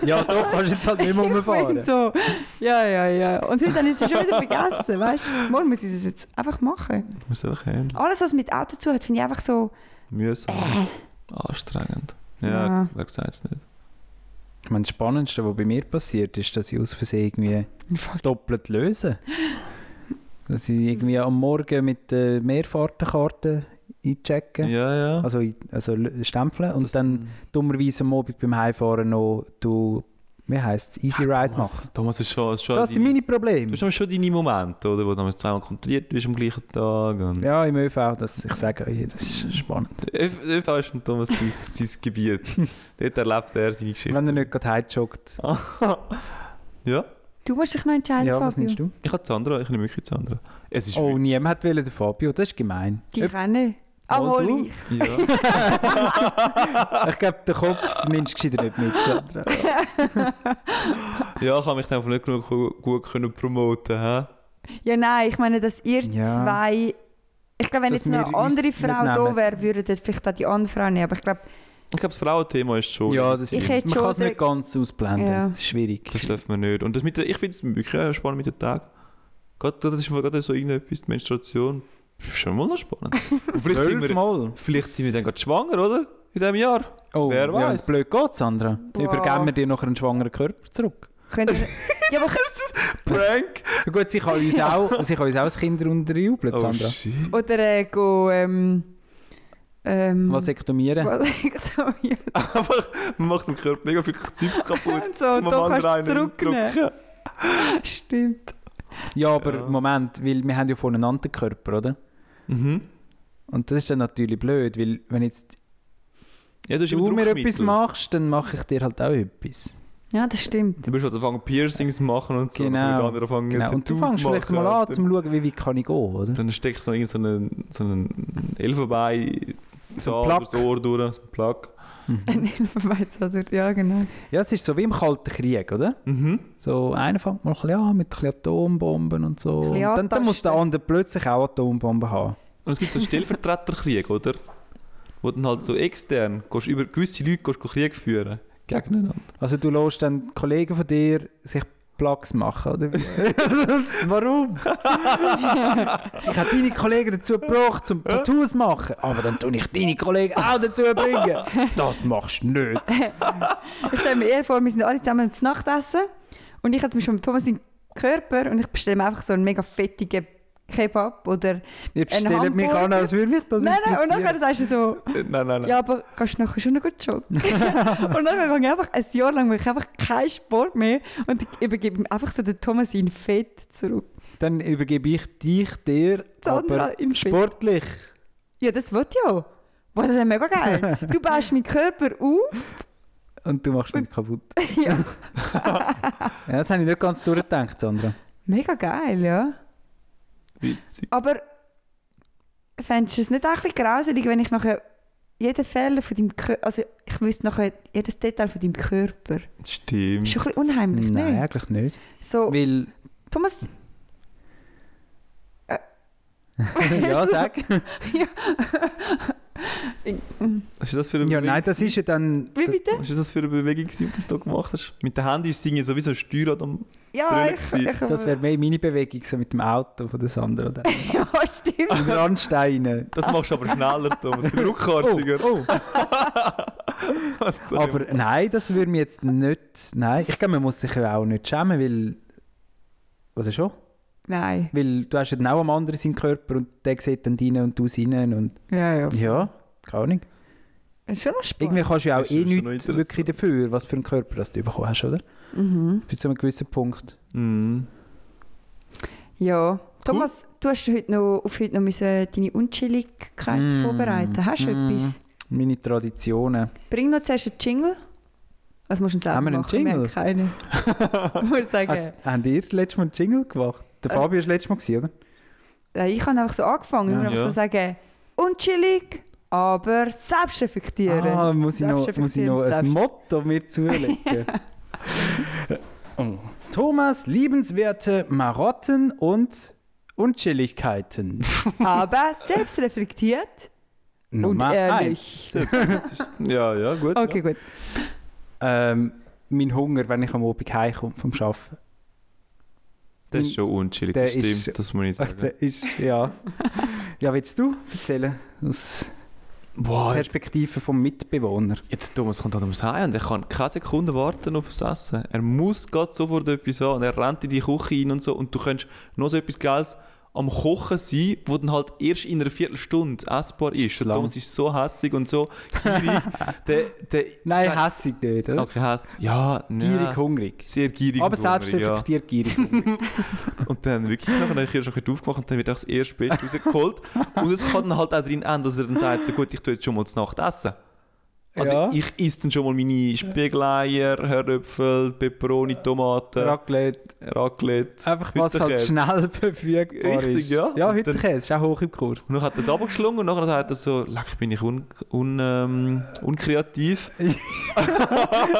Ja, doch, kannst jetzt halt nicht mehr Ich bin rumfahren. so, ja, ja, ja. Und heute habe ich es schon wieder vergessen, weißt du? Morgen muss ich es jetzt einfach machen. Ich muss einfach handeln. Alles, was mit Auto zu hat, finde ich einfach so, äh, Mühsam. Äh. Anstrengend. Ja, Ja. wer sagt es nicht? Ich meine, das Spannendste, was bei mir passiert, ist, dass ich aus Versehen irgendwie doppelt löse. Dass ich irgendwie am Morgen mit der Mehrfahrtenkarte einchecken. Ja, ja. Also, in- also l- stempeln und Das- dann dummerweise am Abend beim Heimfahren noch du, wie heisst es, Easy Ride machen. Thomas, Thomas ist schon. Ist schon Das sind meine Probleme. Du hast schon deine Momente, oder? Wo du damals zweimal kontrolliert bist am gleichen Tag. Und Ja, im ÖV, das, ich sage euch, das ist spannend. Öf- ÖV ist von Thomas sein, sein Gebiet. Dort erlebt er seine Geschichte. Wenn er nicht gerade heimjoggt. ja, du musst dich noch entscheiden, Ja, was Fabio. nimmst du? ich habe Sandra, ich nehme wirklich Sandra. Es ist Oh, niemand hat wollen, den Fabio, das ist gemein. Die kennen. Mal Obwohl du. ich. Ja. Ich glaube, den Kopf nimmst du gescheiter nicht mit, Sandra. Ja, ich habe mich dann einfach nicht genug gu- gut können promoten hä? Ja, nein, ich meine, dass ihr Ja. zwei Ich glaube, wenn Dass jetzt noch eine wir uns andere Frau da mitnehmen. wäre, würde dann vielleicht auch die andere Frau nehmen. Aber ich glaube, Ich glaube, das Frauenthema ist schon. Ja, das Ich ist, hätte man schon kann es den- nicht ganz ausblenden. Ja. Das ist schwierig. Das dürfen wir nicht. Und das mit der, ich finde es wirklich auch spannend mit dem Tag. Gerade das ist mal gerade so irgendetwas, die Menstruation. Ist Schon mal noch spannend. Und vielleicht, sind wir, Zwölfmal. vielleicht sind wir dann gerade schwanger, oder? In diesem Jahr. Oh, Wer ja, weiß. wenn's blöd geht, Sandra. Boah. Übergeben wir dir nachher einen schwangeren Körper zurück. könnt ihr... ja, aber, Prank! Gut, sie kann uns auch, sie kann uns auch das Kinder unterjubeln, Oh Sandra. shit. oder äh, go, ähm, ähm, Was ektomieren? was ich da hier- Einfach, man macht dem Körper mega viel Zeugs kaputt. So, zum da am kannst du es anderen zurücknehmen. reindrücken. Stimmt. Ja, aber Ja. Moment, weil wir haben ja voneinander Körper, oder? Mhm. Und das ist dann natürlich blöd, weil wenn jetzt Ja, du hast du immer mir Druckmittel. etwas machst, dann mache ich dir halt auch etwas. Ja, das stimmt. Du musst halt anfangen Piercings machen und so. Genau. Und die anderen fangen Genau. Und du Tattoos fängst vielleicht machen. mal an, zum schauen, wie weit kann ich gehen, oder? Dann steckst du noch irgendeinen so einen Elfenbein so Plug. durchs Ohr durch, so einen Plug. Ein Elfenbeiz oder ja, genau. Ja, es ist so wie im Kalten Krieg, oder? Mhm. So, einer fängt mal ein bisschen an mit ein bisschen Atombomben und so. Ein Und bisschen dann, dann muss der antasten. andere plötzlich auch Atombomben haben. Und es gibt so einen Stellvertreterkrieg, oder? Wo dann halt so extern gehst, über gewisse Leute gehst, du Krieg führen. Gegeneinander. Also du lässt dann Kollegen von dir sich Plugs machen, oder? wie? Warum? ich habe deine Kollegen dazu gebracht, zum Tattoos zu machen, aber dann tue ich deine Kollegen auch dazu bringen. Das machst du nicht. Ich stelle mir eher vor, wir sind alle zusammen zum Nachtessen und ich habe zum Beispiel mit Thomas seinen Körper und ich bestelle mir einfach so einen mega fettigen Kebab oder... Ihr stellt mich Hamburger. an, als würde mich das Nein, nein, und interessieren. nachher sagst du so... Äh, Nein, nein, nein. Ja, aber kannst du nachher schon noch gut joggen? und dann gehe ich einfach ein Jahr lang mache ich einfach keinen Sport mehr und ich übergebe ihm einfach so den Thomas in Fett zurück. Dann übergebe ich dich dir, Sandra aber im Fett. sportlich. Ja, das wird ja. Boah, das ist ja mega geil. Du baust meinen Körper auf. Und du machst mich kaputt. ja. Ja, das habe ich nicht ganz durchgedacht, Sandra. Mega geil, ja. Witzig. Aber fändest du es nicht auch ein bisschen grauselig, wenn ich nachher jeden Fehler von deinem Körper, also ich wüsste nachher jedes Detail von deinem Körper. Stimmt. Ist schon ein bisschen unheimlich, Nein, ne? eigentlich nicht. So, Weil, Thomas... Äh. Also, ja, sag. Was ist das für eine Ja, Bewegung? nein, das ist ja dann... Wie bitte? Was ist das für eine Bewegung, gewesen, die du da gemacht hast? Mit den Händen singen sowieso ein Steuerrad am. Ja, Brüllen ich... gewesen. ich Das wäre mehr meine Bewegung, so mit dem Auto von der Sandra. Oder? ja, stimmt. Mit Randsteinen. Das machst du aber schneller, Thomas. Oh, Druckkartiger. oh. Aber nein, das würde mir jetzt nicht... Nein, ich glaube, man muss sich ja auch nicht schämen, weil... Oder schon? Nein. Weil du hast ja dann auch am anderen seinen Körper und der sieht dann deinen und du seinen und... Ja, ja. Ja, keine Ahnung. Ist schon noch spannend. Irgendwie kannst du ja auch Ist schon eh noch nichts interessant. wirklich dafür, was für einen Körper das du bekommen hast, oder? Mhm. Bis zu einem gewissen Punkt. Mhm. Ja. Thomas, du hast heute noch, auf heute noch müssen deine Unchilligkeit Mm. vorbereiten. Hast du Mm. etwas? Meine Traditionen. Bring noch zuerst einen Jingle. Was musst du denn selber Haben wir einen machen? Wir Jingle? haben keinen. Ich muss sagen, Hat, Ah, habt ihr letztes Mal einen Jingle gemacht? Der Äh. Fabio war letztes Mal, gewesen, oder? nein, Äh, ich habe einfach so angefangen. Ich Ja. muss einfach Ja. so sagen, unchillig, aber selbstreflektierend. Ah, muss ich noch, muss ich noch ein Selbstreflektierend, Motto mir zulegen. Oh. Thomas, liebenswerte Marotten und Unchilligkeiten. selbst- Aber selbstreflektiert Nummer und eins. ehrlich. Ja, ja, gut. Okay, gut. Ähm, mein Hunger, wenn ich am Abend heimkomme vom Arbeiten. Ja. Das ist schon unchillig, Der das stimmt. ist- das muss ich Ach, sagen. der ist, ja. ja, willst du erzählen? Aus Ah, Boah, Perspektive vom Mitbewohner. Jetzt Thomas kommt an ums Heim und er kann keine Sekunde warten auf das Essen. Er muss grad sofort etwas haben. Und Er rennt in die Küche rein und so. Und du kannst noch so etwas Geiles am Kochen sein, wo dann halt erst in einer Viertelstunde essbar ist. Ist zu und lang. Thomas ist so hässig und so gierig. der, der, Nein, sagt- hässig nicht. Oder? Okay, hässig. Ja, nein. Gierig, hungrig. Sehr gierig. Aber und hungrig, selbst reflektiert gierig. ja. Und dann wirklich nachher dann ist er schon aufgemacht und dann wird auch das erste Bett rausgeholt. und es kann dann halt auch drin enden, dass er dann sagt, so gut, ich tue jetzt schon mal zur Nacht essen. Also Ja. ich esse dann schon mal meine Spiegeleier, Höröpfel, Peperoni, Tomaten, Raclette. Raclette, Einfach was halt Hüttenkäse. schnell verfügbar Richtig, ist. ja. Ja, Und heute Käse, ist auch hoch im Kurs. Und dann hat er es abgeschlungen und nachher sagt er so, leck, bin ich un, un, ähm, unkreativ.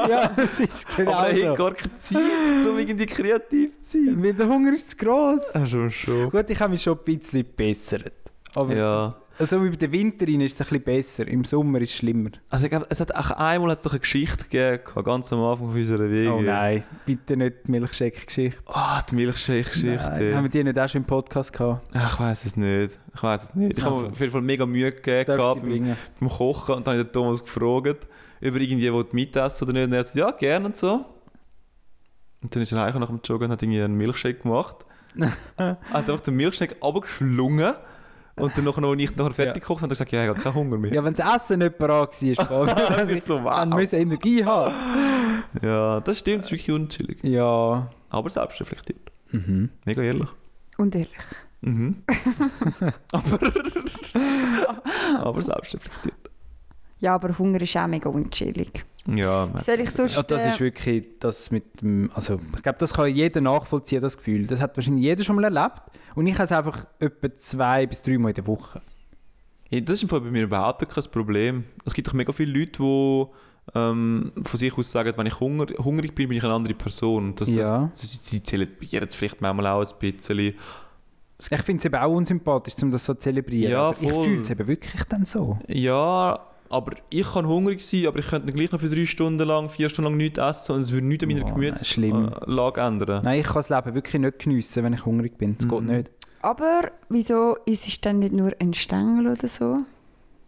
ja, es ist Aber genau er hat so. gar keine Zeit, um irgendwie kreativ zu sein. Weil der Hunger ist zu gross. Ja, schon, schon. Gut, ich habe mich schon ein bisschen gebessert. Aber Ja. also wie bei den Winter rein ist es ein bisschen besser, im Sommer ist es schlimmer. Also ich glaube, es hat auch einmal hat's doch eine Geschichte gegeben, ganz am Anfang von unserer Wege. Oh nein, bitte nicht die Milchshake-Geschichte. Ah, die Milchshake-Geschichte. Nein, Haben wir die nicht auch schon im Podcast gehabt? Ach, ich weiß es nicht. Ich weiß es nicht. Ich Also. habe mir auf jeden Fall mega Mühe gegeben Darf ich gehabt sie beim, bringen? beim Kochen und dann habe ich den Thomas gefragt, ob er irgendjemand will mitessen oder nicht. Und er hat gesagt, ja, gerne und so. Und dann ist er nach Hause nach dem Joggen und hat irgendwie einen Milchshake gemacht. hat einfach den Milchshake abgeschlungen. Und dann, nachher, als ich nachher fertig Ja. gekocht habe, hat er gesagt, ja, ich habe keinen Hunger mehr. Ja, wenn das Essen nicht parat war, Fabio, dann, ist so, wow. dann müssen Energie haben. Ja, das stimmt, es ist wirklich unchillig. Ja. Aber selbstreflektiert. Mhm. Mega ehrlich. Und ehrlich. Mhm. aber, aber selbstreflektiert. Ja, aber Hunger ist auch mega unchillig. Ja, man- Soll ich sonst... Ja, das äh, ist wirklich das mit dem, also ich glaube, das kann jeder nachvollziehen, das Gefühl. Das hat wahrscheinlich jeder schon mal erlebt. Und ich habe es einfach etwa zwei bis drei Mal in der Woche. Ja, das ist im Fall bei mir überhaupt nicht kein Problem. Es gibt doch mega viele Leute, die ähm, von sich aus sagen, wenn ich Hunger, hungrig bin, bin ich eine andere Person. Und Das, das, Ja. das, sie zählen bei ihr jetzt vielleicht manchmal auch ein bisschen. Ich finde es eben auch unsympathisch, um das so zu zelebrieren. Ja, Aber ich voll. fühle es eben wirklich dann so. Ja, aber ich kann hungrig sein, aber ich könnte dann gleich noch für drei Stunden lang, vier Stunden lang nichts essen und es würde nichts an meiner Boah, nein, schlimm. Gemütslage ändern. Nein, ich kann das Leben wirklich nicht geniessen, wenn ich hungrig bin. Das geht Mhm. nicht. Aber wieso ist es dann nicht nur ein Stängel oder so?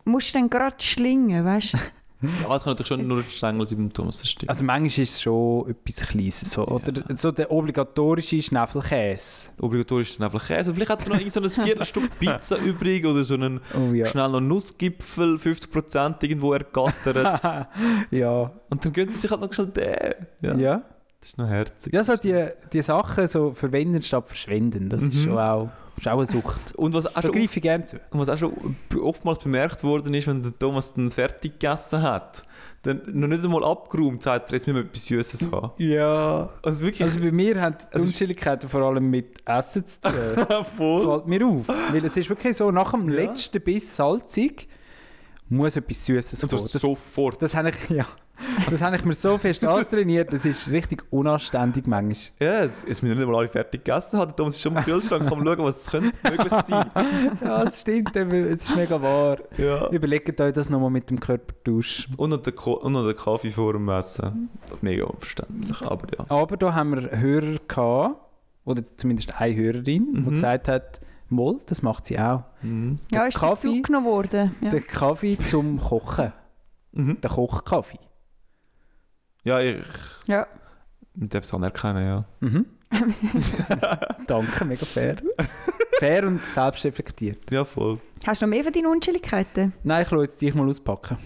Musst du dann gerade schlingen, weißt du? Ja, es kann natürlich schon nur ein Stängel sein beim Thomas, das stimmt. Also manchmal ist es schon etwas Kleines. So. Oder so der obligatorische Schnäffelkäse. Obligatorisch dann einfach Käse. Vielleicht hat er noch irgend so ein Viertelstück Pizza übrig oder so einen Oh ja. schnell noch Nussgipfel, 50% irgendwo ergattert. ja. Und dann gönnt er sich halt noch schnell den. Ja. Ja. ja. Das ist noch herzig. so die, die Sachen so verwenden statt verschwenden, das ist Mhm. schon auch, ist auch eine Sucht. Und was auch, Da schon, greife ich gerne zu. was auch schon oftmals bemerkt worden ist, wenn der Thomas dann fertig gegessen hat, dann noch nicht einmal abgeräumt, sagt er, jetzt müssen wir etwas Süßes haben. Ja. Also wirklich, Also bei mir haben die Also- Unschuldigkeiten vor allem mit Essen zu tun. Äh, voll. Fällt mir auf. Weil es ist wirklich so, nach dem Ja. letzten Biss salzig muss etwas Süßes Und kommen. das Das, sofort. das habe ich, ja. das habe ich mir so fest antrainiert, das ist richtig unanständig manchmal. Ja, es es müssen nicht einmal alle fertig gegessen haben. Der Thomas ist schon im Kühlschrank, kann schauen, was es könnte möglich sein. Ja, das stimmt, eben, es ist mega wahr. Ja. Überlegt euch das nochmal mit dem Körpertausch. Und noch, der Ko und noch den Kaffee vor dem Essen. Mega unverständlich, aber ja. Aber da haben wir Hörer gehabt, oder zumindest eine Hörerin, die Mhm. gesagt hat, Moll, das macht sie auch. Mhm. ja, ist Kaffee- Kaffee, zugenommen worden. Ja. Den Kaffee zum Kochen. Mhm. Der Kochkaffee. Ja, ich ja. darf es anerkennen, ja. Mhm. Danke, mega fair. fair und selbstreflektiert. Ja, voll. Hast du noch mehr von deinen Unschuldigkeiten? Nein, ich lasse jetzt dich mal auspacken.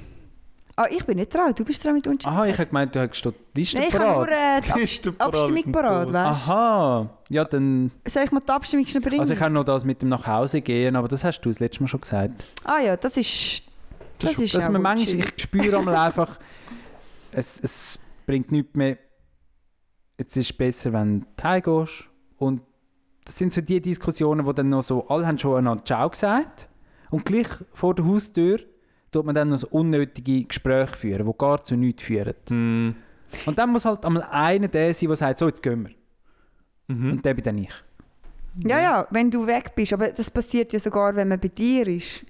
Ah, ich bin nicht dran, du bist dran mit Unschuldigkeiten. Aha, ich habe gemeint, Ah, du hättest die Liste Nein, ich habe nur parat. äh, die Ab Ist der Parade mit Abstimmung dem parat, Thomas. weißt du? Aha, ja dann... Soll ich mal die Abstimmung schnell bringen? Also ich habe noch das mit dem nach Hause gehen, aber das hast du das letzte Mal schon gesagt. ah ja, das ist... Das, ist Dass auch man manchmal, unschuldig. ich spüre einmal einfach, es, es bringt nichts mehr. Jetzt ist es besser, wenn du heimgehst. Und das sind so die Diskussionen, wo dann noch so, alle haben schon einander Ciao gesagt. Und gleich vor der Haustür tut man dann noch so unnötige Gespräche führen, die gar zu nichts führen. Mhm. Und dann muss halt einmal einer der sein, der sagt, so, jetzt gehen wir. Mhm. Und der bin dann ich. Ja, ja, wenn du weg bist. Aber das passiert ja sogar, wenn man bei dir ist.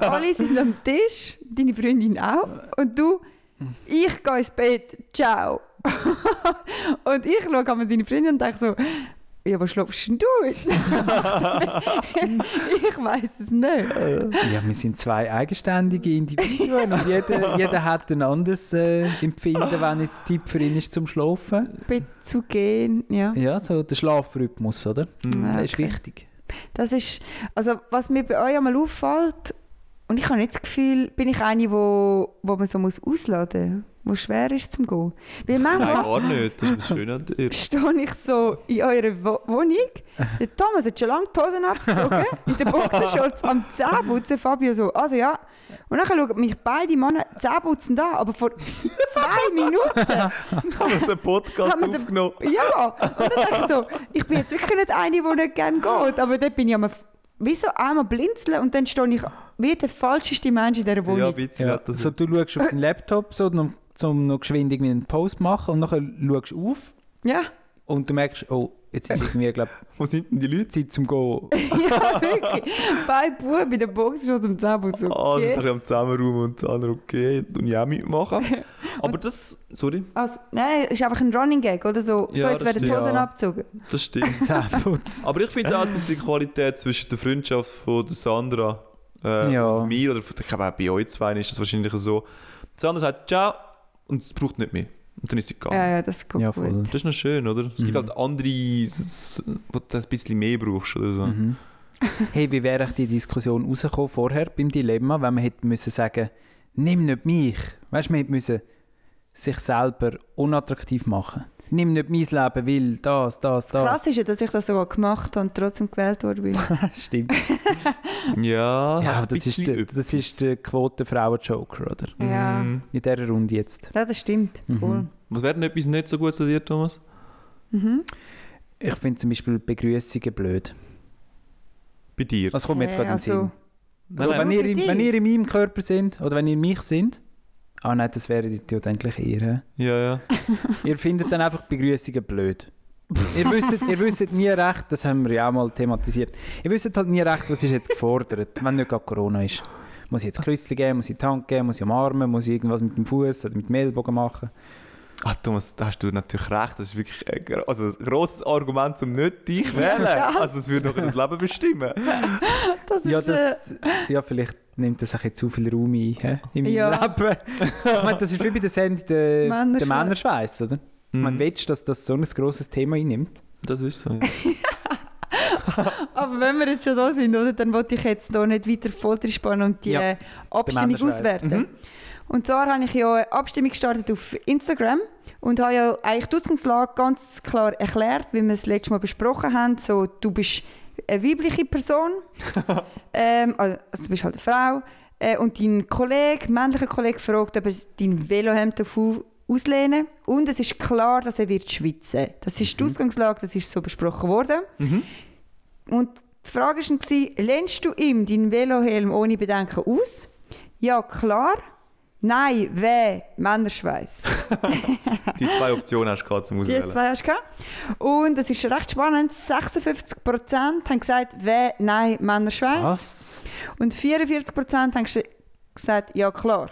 alle sind am Tisch, deine Freundin auch. Und du, ich gehe ins Bett, ciao. und ich schaue an deine Freundin und denke so, ja, was schlafst denn du heute Nacht? Ich weiß es nicht. Ja, wir sind zwei eigenständige Individuen und jeder, jeder hat ein anderes äh, Empfinden, wenn es Zeit für ihn ist zum Schlafen. Bett zu gehen, ja. Ja, so der Schlafrhythmus, oder? Mhm. Ah, Ja, Der ist okay. wichtig. Das ist, also was mir bei euch einmal auffällt, und ich habe nicht das Gefühl, bin ich eine, wo, wo man so muss ausladen muss, wo schwer ist zum Gehen. Weil Nein, manchmal gar nicht. Das ist das Schöne an dir. stehe ich so in eurer Wo Wohnung. Der Thomas hat schon lange die Hosen abgezogen, in den Boxershorts am Zähneputzen. Fabio so, also ja. Und dann schauen mich beide Männer Zähneputzen an, aber vor zwei Minuten. Haben wir den Podcast Haben wir den- aufgenommen? Ja, und dann dachte ich so, ich bin jetzt wirklich nicht eine, die nicht gerne geht, aber dort bin ich einmal, wie so einmal blinzeln und dann stehe ich wie der falscheste Mensch in dieser Ja, Wohnung. ein bisschen. Ja, hat das so, du schaust auf den Laptop, so, um, um noch geschwind irgendwie einen Post zu machen und dann schaust du auf Ja, und du merkst, oh, jetzt ist irgendwie, glaube Wo sind denn die ich, Leute? Zeit zum Go. ja, wirklich. Bei Buben bei der Box schon zum Zusammenzucken. Ah, sind ein am Zusammenraum und sagen, okay, und ja mitmachen. Aber das, sorry, Also, nein, es ist einfach ein Running Gag, oder so. Ja, so, jetzt das werden die stimmt. Hosen Ja. abgezogen. das stimmt. Zähneputz. Aber ich finde auch ein bisschen Qualität zwischen der Freundschaft von der Sandra äh, Ja. und mir, oder ich glaube auch bei euch zwei ist das wahrscheinlich so. Die Sandra sagt «Ciao» und es braucht nicht mehr. Und dann ist sie gegangen. Ja, ja, das geht Ja, voll. gut. Das ist noch schön, oder? Es gibt Mhm. halt andere, s- wo du ein bisschen mehr brauchst oder so. Mhm. Hey, wie wäre ich die Diskussion rausgekommen vorher beim Dilemma, wenn man hätte müssen sagen, nimm nicht mich. Weißt du, man hätte müssen sich selber unattraktiv machen. Nimm nicht mein Leben, will das, das, Das das. Krass ist ja, dass ich das sogar gemacht habe und trotzdem gewählt worden bin. Stimmt. Ja, Ja, aber ein das ist, bisschen der, das ist der Quote-Frauen-Joker, oder? Ja. Mhm. In dieser Runde jetzt. ja, das stimmt. Mhm. Cool. Was wäre denn etwas nicht so gut zu dir, Thomas? Mhm. Ich finde zum Beispiel Begrüßungen blöd. Bei dir? Was kommt mir jetzt Äh, gerade in den also- Sinn? Nein, So, nein. wenn, ihr, in- Bei dir? wenn ihr in meinem Körper sind oder wenn ihr mich sind, ah nein, das wäre ja eigentlich ihr. hä? Ja, ja. Ihr findet dann einfach Begrüßungen blöd. ihr, wisst, ihr wisst nie recht, das haben wir ja auch mal thematisiert, ihr wisst halt nie recht, was ist jetzt gefordert, wenn nicht gerade Corona ist. Muss ich jetzt Küssli geben, muss ich die Hand geben, muss ich umarmen, muss ich irgendwas mit dem Fuß oder mit dem Ellbogen machen? Ah, Thomas, da hast du natürlich recht. Das ist wirklich ein, gro- also ein grosses Argument, um nicht dich zu wählen. Also, es würde noch das Leben bestimmen. Das ist Ja, äh, das, ja, vielleicht nimmt das ein bisschen zu viel Raum ein hä? in meinem Ja. Leben. Ich meine, das ist wie bei der Sendung der Männerschweiß. der Männerschweiß, oder? Man Mhm. willst, dass das so ein grosses Thema einnimmt. Das ist so. ja. aber wenn wir jetzt schon da sind, oder, dann wollte ich jetzt hier nicht weiter voll drin spannen und die Ja. äh, Abstimmung Männerschweiß. auswerten. Und zwar habe ich ja eine Abstimmung gestartet auf Instagram und habe ja eigentlich die Ausgangslage ganz klar erklärt, wie wir es letztes Mal besprochen haben. So, du bist eine weibliche Person, ähm, also du bist halt eine Frau äh, und dein Kollege, männlicher Kollege fragt, ob er dein Velohemd darf au- auslehnen und es ist klar, dass er wird schwitzen. Das ist die Ausgangslage, das ist so besprochen worden. Und die Frage war, dann, lehnst du ihm deinen Velohelm ohne Bedenken aus? Ja, klar. Nein, weh, Männerschweiß. Die zwei Optionen hast du gerade zum Die Auswählen. zwei hast du gehabt. Und es ist recht spannend, 56% haben gesagt, weh, nein, Männerschweiß. Was? Und 44% haben gesch- gesagt, ja klar.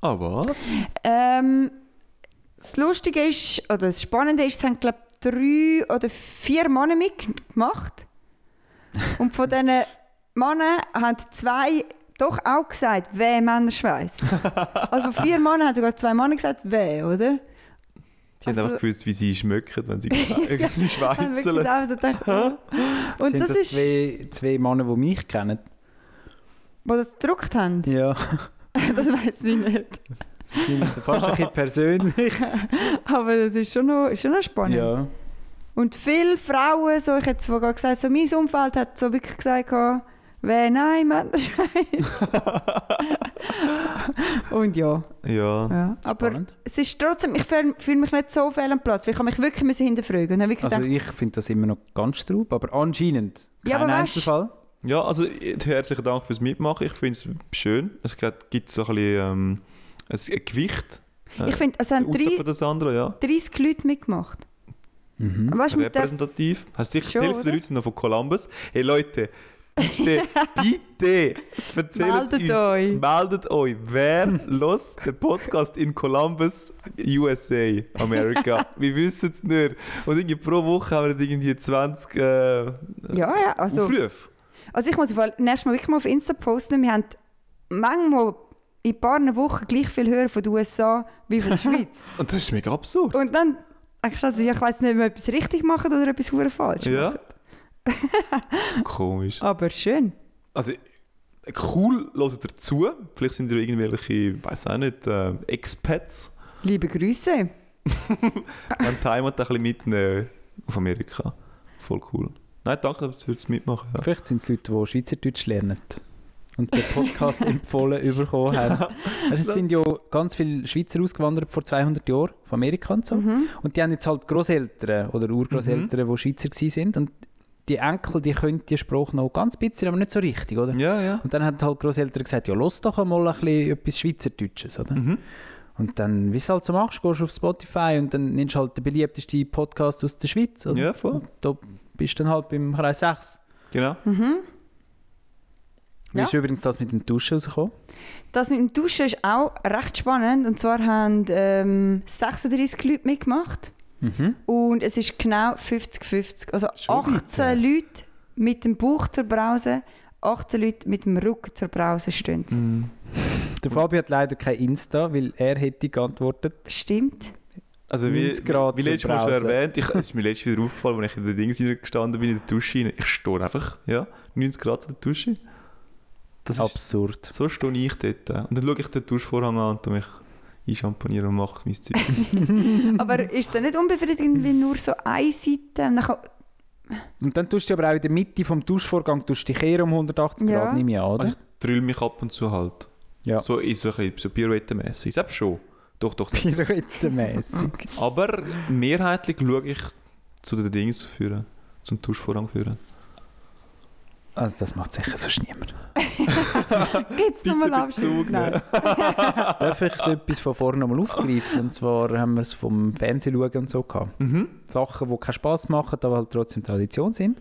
Ah, was? Ähm, das Lustige ist, oder das Spannende ist, es haben glaube drei oder vier Männer mitgemacht. Und von diesen Männern haben zwei doch auch gesagt, weh Männerschweiß. Also von vier Männern haben sogar zwei Männer gesagt, weh, oder? Die haben Also- einfach gewusst, wie sie schmecken, wenn sie, wenn sie Haben wirklich schweißeln. auch so gedacht, oh. Und Sind das, das, ist, zwei, die zwei Männer, die mich kennen? das gedruckt haben, Ja, das weiß ich nicht. das ist fast ein bisschen persönlich. Aber das ist schon noch, ist schon noch spannend. Ja. Und viele Frauen, so ich jetzt vorher gesagt, so mein Umfeld hat so wirklich gesagt, gehabt, wer nein, Männerscheiß. Und ja, Ja. ja. aber Spannend. es ist trotzdem, ich fühle fühl mich nicht so fehl am Platz, weil ich habe mich wirklich müssen hinterfragen und habe wirklich Also gedacht, ich finde das immer noch ganz straub, aber anscheinend kein Ja, aber weißt- Einzelfall. Ja, also äh, herzlichen Dank fürs Mitmachen. Ich finde es schön. Es gibt gibt so ein bisschen ähm, ein ein Gewicht. äh, ich finde, es haben außer drei, von das andere, ja. 30 Leute mitgemacht. Hm? Mhm. Also Weißt du, mit der, Repräsentativ. Hast sicher die Schon, Hälfte der oder? Leute sind noch von Columbus. Hey Leute, bitte, bitte, erzählt Meldet uns, euch. meldet euch, wer los den Podcast in Columbus, USA, Amerika. wir wissen es nicht. Und irgendwie pro Woche haben wir irgendwie 20 äh, ja, ja, also, Aufrufe. also ich muss im Fall nächstes Mal wirklich mal auf Insta posten, wir haben manchmal in ein paar Wochen gleich viel hören von den USA wie von der Schweiz. Und das ist mega absurd. Und dann denkst du, also, ja, ich weiß nicht, ob wir etwas richtig machen oder etwas hure falsch. Ja. so komisch. Aber schön. Also, cool, hört ihr zu. Vielleicht sind ihr irgendwelche, weiß auch nicht, äh, Expats. Liebe Grüße. Wenn die Heimat ein bisschen mitnehmen auf Amerika. Voll cool. Nein, danke, dass du jetzt mitmachen. Ja. Vielleicht sind es Leute, die Schweizerdeutsch lernen und den Podcast empfohlen bekommen haben. Also es sind ja ganz viele Schweizer ausgewandert vor 200 Jahren, von Amerika und so. Mhm. Mhm. Und die haben jetzt halt Großeltern oder Urgroßeltern, die Schweizer waren. Und die Enkel, die können die Sprache noch ganz bisschen, aber nicht so richtig, oder? Ja, ja. Und dann haben halt Großeltern gesagt, ja, los doch einmal ein bisschen etwas Schweizerdeutsches, oder? Mhm. Und dann, wie es halt so machst, gehst du auf Spotify und dann nimmst du halt den beliebtesten Podcast aus der Schweiz. Oder? Ja, voll. Und da bist du dann halt beim Kreis 6. Genau. Mhm. Wie Ja. ist übrigens das mit dem Duschen rausgekommen? Das mit dem Duschen ist auch recht spannend. Und zwar haben ähm, 36 Leute mitgemacht. Mhm. Und es ist genau 50-50. Also Schon 18 Leute mit dem Bauch zur Brause, 18 Leute mit dem Rücken zur Brause stehen. Mhm. Der Fabi hat leider kein Insta, weil er hätte geantwortet. Stimmt. Also wie, 90 Grad wie zum letztes Mal schon Brausen. erwähnt, ich, es ist mir letztes wieder aufgefallen, als ich in den Dings gestanden bin, in der Dusche rein. Ich stehe einfach, ja, 90 Grad in der Dusche. Das ist, Absurd. so stehe ich dort. äh. Und dann schaue ich den Duschvorhang an und tu mich einschamponieren und mache mein Zeug. Aber ist das nicht unbefriedigend, wenn nur so eine Seite und dann Und dann tust du aber auch in der Mitte vom Duschvorgang tust du dich eher um 180 Ja. Grad, nehme ich an, oder? Also ich drülle mich ab und zu halt. Ja. So ist so ein bisschen so Pirouettenmässig. Selbst schon. Doch, doch. selbst. Pirouettenmässig. Aber mehrheitlich schaue ich zu den Dings führen. Zum Duschvorhang führen. Also das macht sicher sonst niemand. gibt es nochmal Abschied? Bezug, Nein. Darf ich etwas von vorne nochmal aufgreifen? Und zwar haben wir es vom Fernsehen schauen und so gehabt. Mhm. Sachen, die keinen Spass machen, aber halt trotzdem Tradition sind.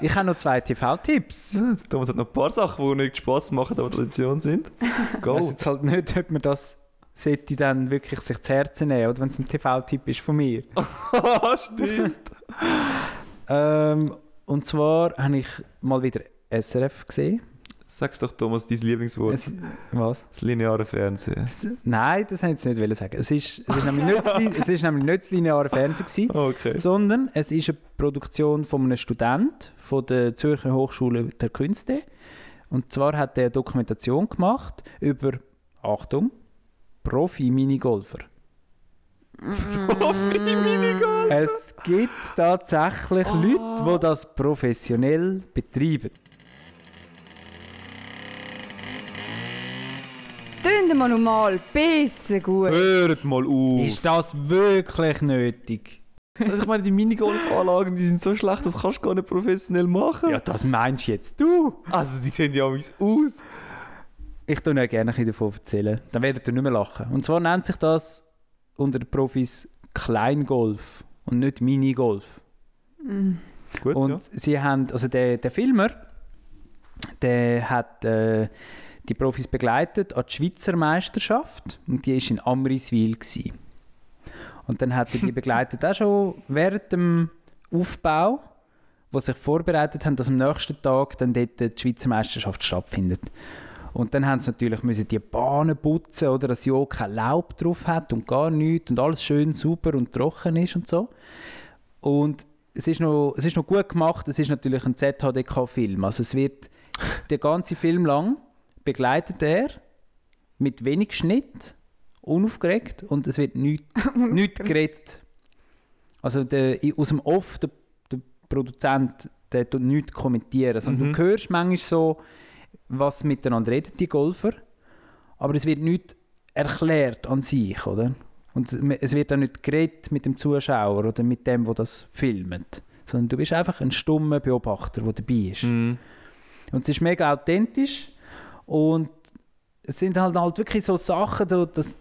ich habe noch zwei TV-Tipps. Thomas hat noch ein paar Sachen, die nicht Spass machen, aber Tradition sind. Ich weiß Go. jetzt halt nicht, ob man das sollte dann wirklich sich zu Herzen nehmen, oder wenn es ein TV-Tipp ist von mir. Stimmt. Ähm, und zwar habe ich mal wieder SRF gesehen. Sag's doch, Thomas, dein Lieblingswort. Es, was? das lineare Fernsehen. Es- Nein, das wollte ich jetzt nicht sagen. Es ist, es ist, nämlich, nicht, das Li- es ist nämlich nicht das lineare Fernsehen, gewesen, Okay. sondern es ist eine Produktion von einem Student von der Zürcher Hochschule der Künste. Und zwar hat er eine Dokumentation gemacht über, Achtung, Profi-Minigolfer. Profi-Minigolf. Es gibt tatsächlich Leute, die das professionell betreiben. Tönt mal normal, besser gut. Hört mal auf. Ist das wirklich nötig? Also ich meine, die Minigolf-Anlagen, die sind so schlecht, das kannst du gar nicht professionell machen. Ja, das meinst jetzt du? Also, die sehen ja auch aus. Ich tue euch gerne ein bisschen davon erzählen. Dann werdet ihr nicht mehr lachen. Und zwar nennt sich das unter den Profis Kleingolf und nicht Minigolf. Gut, und ja. sie haben, also der, der Filmer, der hat äh, die Profis begleitet an die Schweizer Meisterschaft und die ist in Amriswil gsi. Und dann hat er die begleitet auch schon während dem Aufbau, wo sich vorbereitet haben, dass am nächsten Tag dann dort die Schweizer Meisterschaft stattfindet. Und dann haben sie natürlich müssen die Bahnen putzen, oder, dass sie auch kein Laub drauf hat und gar nichts und alles schön super und trocken ist und so. Und es ist noch, es ist noch gut gemacht, es ist natürlich ein ZHDK-Film. Also es wird den ganzen Film lang begleitet er mit wenig Schnitt, unaufgeregt und es wird nichts nicht geredet. Also der, i- aus dem Off, der, der Produzent, der tut nichts kommentieren. sondern Du hörst manchmal so, was miteinander reden die Golfer, aber es wird nichts erklärt an sich, oder? Und es- es wird auch nicht geredet mit dem Zuschauer oder mit dem, der das filmt. Sondern du bist einfach ein stummer Beobachter, der dabei ist. Mhm. Und es ist mega authentisch. Und es sind halt, halt wirklich so Sachen, so, dass,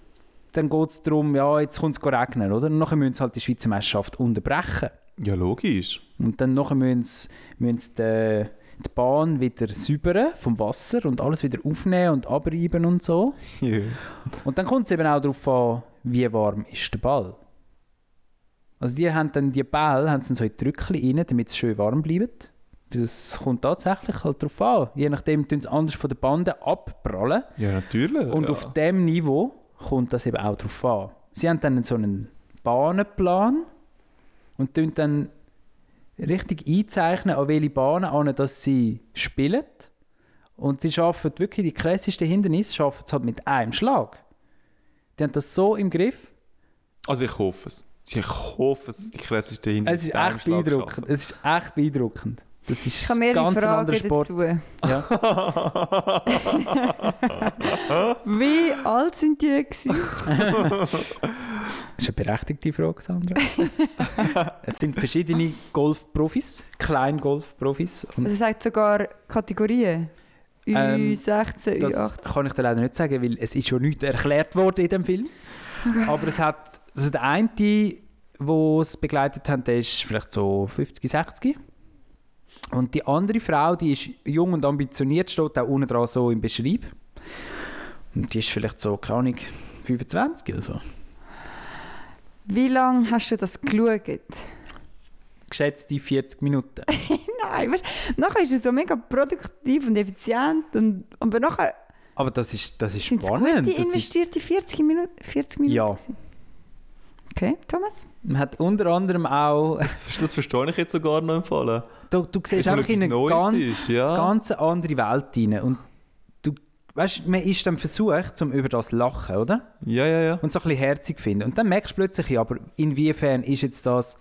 dann geht es darum, ja, jetzt kommt es regnen, oder? Und nachher müssen sie halt die Schweizer Meisterschaft unterbrechen. ja, logisch. Und dann nachher müssen sie, müssen sie die, die Bahn wieder säubern vom Wasser und alles wieder aufnehmen und abreiben und so. Ja. Und dann kommt es eben auch darauf an, wie warm ist der Ball. Also die haben dann die Bälle haben sie dann so in die Drückchen rein, damit sie schön warm bleiben. Es kommt tatsächlich halt darauf an. Je nachdem tun sie anders von der Bande abprallen. Ja, natürlich. Und ja. auf dem Niveau kommt das eben auch darauf an. Sie haben dann so einen Bahnenplan und tun dann richtig einzeichnen, an welche Bahnen an dass sie spielen. Und sie schaffen wirklich die klassischsten Hindernisse, schaffen es halt mit einem Schlag. Die haben das so im Griff. Also ich hoffe es. Ich hoffe es, dass die krasseste hinter Es ist echt beeindruckend. Es ist echt beeindruckend. Das ist Ich habe mehrere ganz ein anderer Fragen Sport. dazu. Wie alt sind die? Gewesen? Das ist eine berechtigte Frage, Sandra. es sind verschiedene Golfprofis, Kleingolfprofis. Und Also sagt sogar Kategorien. Ähm, Ü16, Das Ü8. kann ich dir leider nicht sagen, weil es ist schon nichts erklärt worden in dem Film. Aber es hat, also der eine, der es begleitet hat, der ist vielleicht so 50, 60. Und die andere Frau, die ist jung und ambitioniert, steht auch unten dran so im Beschrieb. Und die ist vielleicht so, keine Ahnung, 25 oder so. Wie lange hast du das geschaut? Geschätzte 40 Minuten. Nein, weißt, du, nachher ist es so mega produktiv und effizient. Und, aber nachher Aber das ist, das ist sind es spannend. gute Das ist, investierte 40 Minuten. 40 Minuten Ja. gewesen. Okay, Thomas. man hat unter anderem auch Das verstehe ich jetzt sogar noch im Fall. Du, du siehst Ist mal einfach in eine etwas Neues ganz, ist, ja. ganz andere Welt rein. Und du, weißt, man ist dann versucht, zum über das zu lachen, oder? Ja, ja, ja. Und so ein bisschen herzig zu finden. Und dann merkst du plötzlich, ja, aber inwiefern ist jetzt das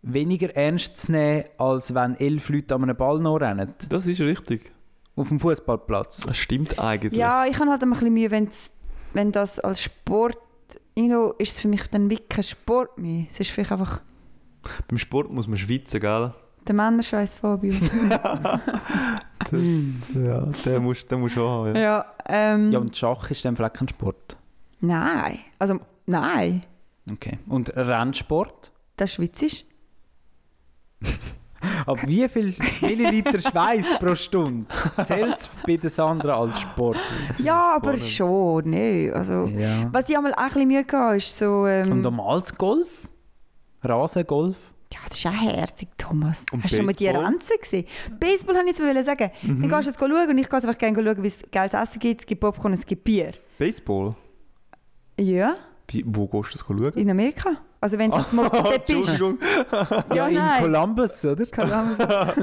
weniger ernst zu nehmen, als wenn elf Leute an einem Ball noch rennen? Das ist richtig. Auf dem Fußballplatz. Das stimmt eigentlich. Ja, ich habe halt immer ein bisschen Mühe, wenn's, wenn das als Sport. Irgendwo ist es für mich dann wirklich kein Sport mehr. Es ist vielleicht einfach Beim Sport muss man schwitzen, gell? der Männerscheiß Fabio. Mm. Ja, den musst, den musst du auch haben. Ja. ja, ähm, Ja, und Schach ist dann vielleicht kein Sport. Nein. Also, nein. Okay. Und Rennsport? Das ist schweizisch. Ab wie viel Milliliter Schweiß pro Stunde zählt es bei der Sandra als Sport? Äh, Ja, aber schon. Nee, also, Ja. Was ich einmal auch ein bisschen Mühe hatte, ist so. Ähm, Und normales Golf? Rasengolf? Ja, das ist auch herzig, Thomas. Und Hast du schon mal die Baseball? Mhm. Ranzen gesehen? Baseball wollte ich jetzt mal sagen. Dann gehst du jetzt schauen und ich gehe einfach gerne schauen, wie es geiles Essen gibt. Es gibt Popcorn, es gibt Bier. Baseball? Ja, Wie- Wo gehst du das schauen? in Amerika. Also wenn du mal dort bist. Entschuldigung. Ja, in nein. Columbus, oder?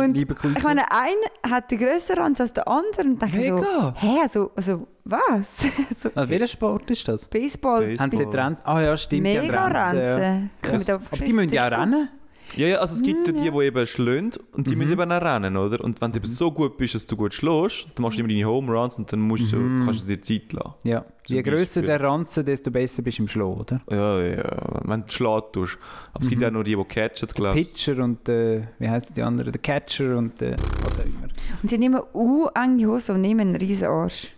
Und Liebe Grüße. ich meine, einer hat einen grösseren Ranz als der andere und denke so, Mega. hä, also, also was? so, Ah, welcher Sport ist das? Baseball, Baseball. Haben sie Oh. dran? Ah ja, stimmt. die haben mega Grenzen, ja. Ranzen. Kommen Krass. da Aber die müssen ja auch rennen. Ja, ja, also es gibt ja die, die eben schlönt und Mhm. die müssen eben auch rennen, oder? Und wenn du eben so gut bist, dass du gut schlägst, dann machst du immer Mhm. deine Home Runs und dann musst du, kannst du dir Zeit lassen. Ja. Je Zum grösser Beispiel. der Ranzen, desto besser bist du im Schlag, oder? Ja, ja, wenn du schlägst. tust. Aber Mhm. es gibt ja auch noch die, die catchen, glaube ich. Pitcher und äh, wie heißt die andere? Der Catcher und äh, was auch immer. Und sie nehmen u enge Hosen und nehmen einen riesen Arsch.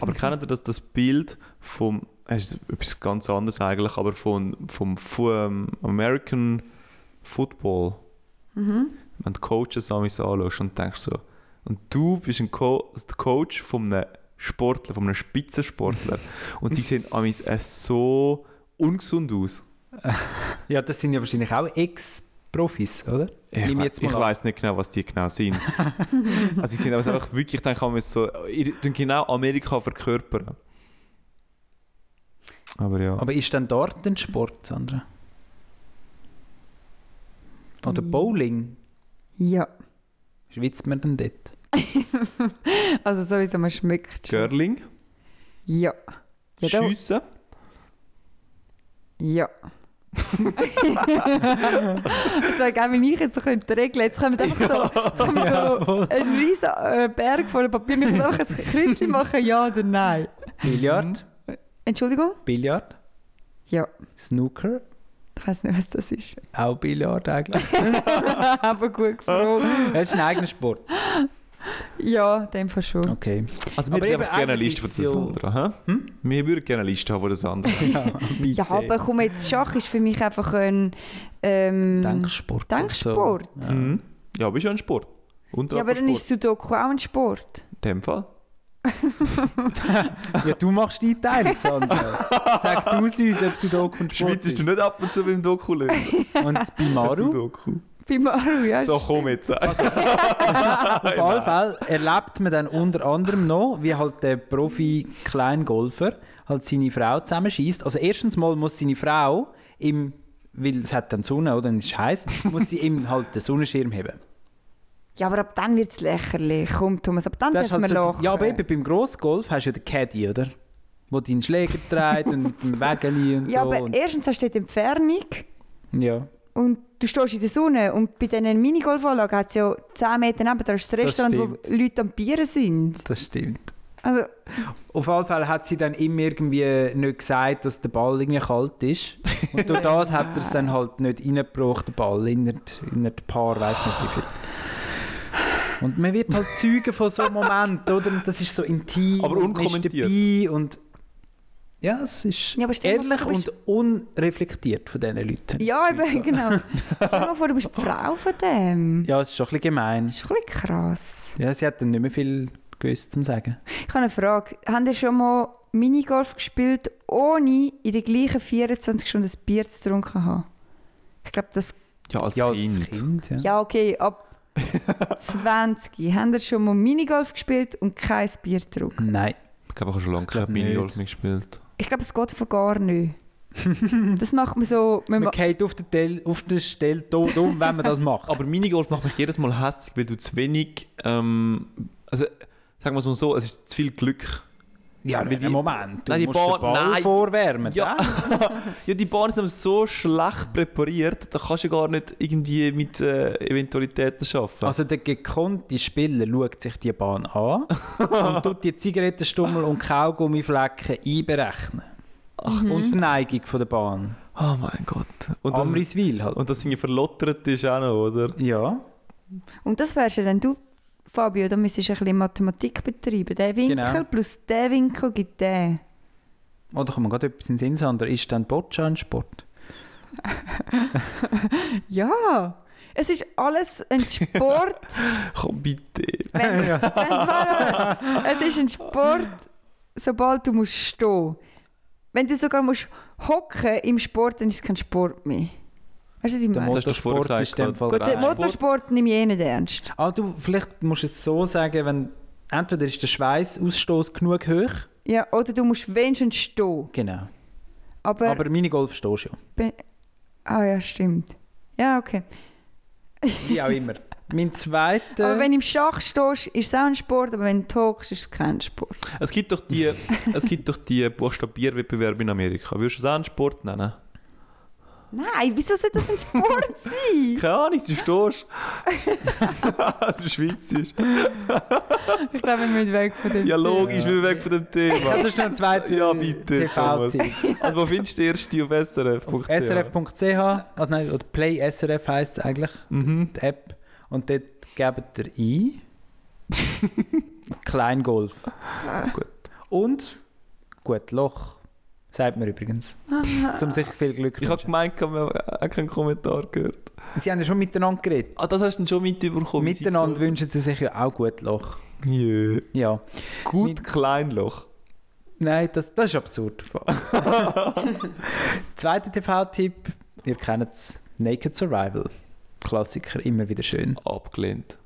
Aber Mhm. kennt ihr das, das Bild vom, es ist etwas ganz anderes eigentlich, aber von, vom, Fu- ähm, American Football? Mhm. Wenn du Coaches an mich anschaust und denkst so, und du bist ein Co also der Coach von einem Sportler, von einem Spitzensportler und die sehen an mich äh, so ungesund aus. Ja, das sind ja wahrscheinlich auch Ex-Profis, oder? Ich, Nimm we- jetzt mal ich an. weiß nicht genau, was die genau sind. also sie sind aber einfach wirklich, dann kann man es so, ihr tut genau Amerika verkörpern. Aber ja. Aber ist dann dort ein Sport, Sandra? Oder Hm. Bowling? Ja, Schwitzt man denn dort? also sowieso, man schmeckt schon. Curling, Ja. Ja, da- Schiessen. Ja. das wäre geil, wenn ich jetzt so könnte regeln Jetzt kommen wir einfach so, jetzt kommen so einen riesen äh, Berg voller Papier. Wir können einfach ein Kreuzchen machen, ja oder nein. Mhm. Billard? Entschuldigung? Billard? Ja. Snooker? Ich weiß nicht, was das ist. Auch Billard eigentlich. Aber gut gefragt. Das ist ein eigener Sport. Ja, in dem Fall schon. Okay. Also Aber wir eben würden einfach gerne eine eigentlich Liste von ist der es ja- Sandra. hä? Wir würden gerne eine Liste haben von der Sandra. Ja, aber komm, jetzt Schach ist für mich einfach ein... Ähm, Denksport. Denksport. So. Also, Ja. Mhm. Ja, aber ist ja ein Sport. Und ja, aber dann ist Sudoku auch ein Sport. In dem Fall. ja, du machst die Teile, Sandra. Sag du es uns, ob Sudoku und Sport Schwitzt du nicht ab und zu beim Doku lesen? Und das Bimaru? Doku. Bei Maru, ja. So, komm jetzt. Auf alle Fälle erlebt man dann unter anderem noch, wie halt der Profi-Kleingolfer halt seine Frau zusammenschießt. Also erstens mal muss seine Frau im, weil es hat dann Sonne, oder? Dann ist es heiß, muss sie ihm halt den Sonnenschirm heben. Ja, aber ab dann wird es lächerlich. Komm, Thomas, ab dann Das darf ist halt man so, lachen. Ja, aber eben beim Grossgolf hast du ja den Caddy, oder? Wo deinen Schläger trägt und mit dem Wägeli und Ja, so. aber e- und, erstens hast du dort Entfernung ja. und du stehst in der Sonne. Und bei diesen Minigolfanlagen hat es ja 10 Meter neben, da ist das Restaurant, wo stimmt. Leute am Bieren sind. Das stimmt. Also, Auf alle Fälle hat sie dann immer irgendwie nicht gesagt, dass der Ball irgendwie kalt ist. Und durch das hat er es dann halt nicht reingebracht, den Ball, in der, in der Paar, weiß nicht wie viel. Und man wird halt Zeuge von so einem Moment, oder? Und das ist so intim. Aber und man ist unkommentiert. dabei und ja, es ist Ja, aber stell dir mal ehrlich vor, du bist- und unreflektiert von diesen Leuten. Ja, eben, genau. Stell dir mal vor, du bist die Frau von dem. Ja, es ist schon ein bisschen gemein. Das ist ein bisschen krass. Ja, sie hat dann nicht mehr viel gewusst zum Sagen. Ich habe eine Frage. Habt ihr schon mal Minigolf gespielt, ohne in den gleichen 24 Stunden ein Bier zu trinken zu haben? Ich glaube, das... Ja, als ja, als Kind. Kind, ja. Ja, okay, ab 20. Habt ihr schon mal Minigolf gespielt und kein Bier getrunken? Nein. Ich glaube, ich habe schon lange glaub kein Minigolf mehr gespielt. Ich glaube, es geht von gar nicht. Das macht man so... Man Man ma- geht auf den, Teil, auf den Stell tot um, wenn man das macht. Aber Minigolf macht mich jedes Mal hässlich, weil du zu wenig. Ähm, also, sagen wir es mal so, es ist zu viel Glück. ja, weil weil die- im Moment. Du Nein, die musst Bahn- den Ball nein. vorwärmen. Ja. ja, die Bahn ist nämlich so schlecht präpariert, da kannst du gar nicht irgendwie mit äh, Eventualitäten arbeiten. Also der gekonnte Spieler schaut sich die Bahn an und tut die Zigarettenstummel und Kaugummiflecken einberechnen. Ach, und die Neigung von der Bahn. oh mein Gott. Und das, ist- Amriswil halt. und das irgendwie verlottert ist auch noch, oder? Ja, Und das wärst ja dann du, Fabio, da müsstest du ein bisschen Mathematik betreiben. Der Winkel Genau. plus der Winkel gibt den. oder kann man gerade etwas in den Sinn haben, ist dann Boccia ein Sport? Ja, es ist alles ein Sport. Komm bitte. wenn, wenn, warte, warte. es ist ein Sport, sobald du musst stehen. Wenn du sogar musst hocken im Sport, dann ist es kein Sport mehr. Weißt du, was ich Der meine? hast du vorher Motorsport gesagt, ist in dem Fall Gut, den Motor- rein. Motorsport nehme ich eh nicht ernst. Ah, du, vielleicht musst du es so sagen, wenn entweder ist der Schweißausstoß genug hoch, Ja, oder du musst wenigstens stehen. genau. Aber, Aber Minigolf stehst du ah ja, stimmt. Ja, okay. ja. Wie auch immer. Mein zweiter... Aber wenn du im Schach stehst, ist es auch ein Sport, aber wenn du talkst, ist es kein Sport. Es gibt doch die, es gibt doch die Buchstabierwettbewerbe in Amerika. Würdest du das auch einen Sport nennen? Nein, wieso soll das ein Sport sein? Keine Ahnung, du stehst. du schweizest. ich glaube, wir müssen weg von dem. Ja, logisch, wir sind weg von dem Thema. das ist noch ein zweiter Ja, bitte, Thomas. TV-Tipp. Also, wo findest du die erste auf srf.ch? srf.ch, also nein, oder Play SRF heisst es eigentlich, Mhm. die App. Und dort gebt ihr ein. Kleingolf. Gut. Und gut Loch. Sagt mir übrigens. Ah. Zum sich viel Glück Ich habe wünschen. gemeint, ich habe auch keinen Kommentar gehört. Sie haben ja schon miteinander geredet. Ah, das hast du denn schon mitbekommen. wie sie Miteinander wünschen sie sich ja auch gut Loch. gesagt- Jö. Ja. Gut Mit- Kleinloch. Nein, das, das ist absurd. Zweiter TV-Tipp, ihr kennt es. Naked Survival. Klassiker, immer wieder schön. Abgelehnt.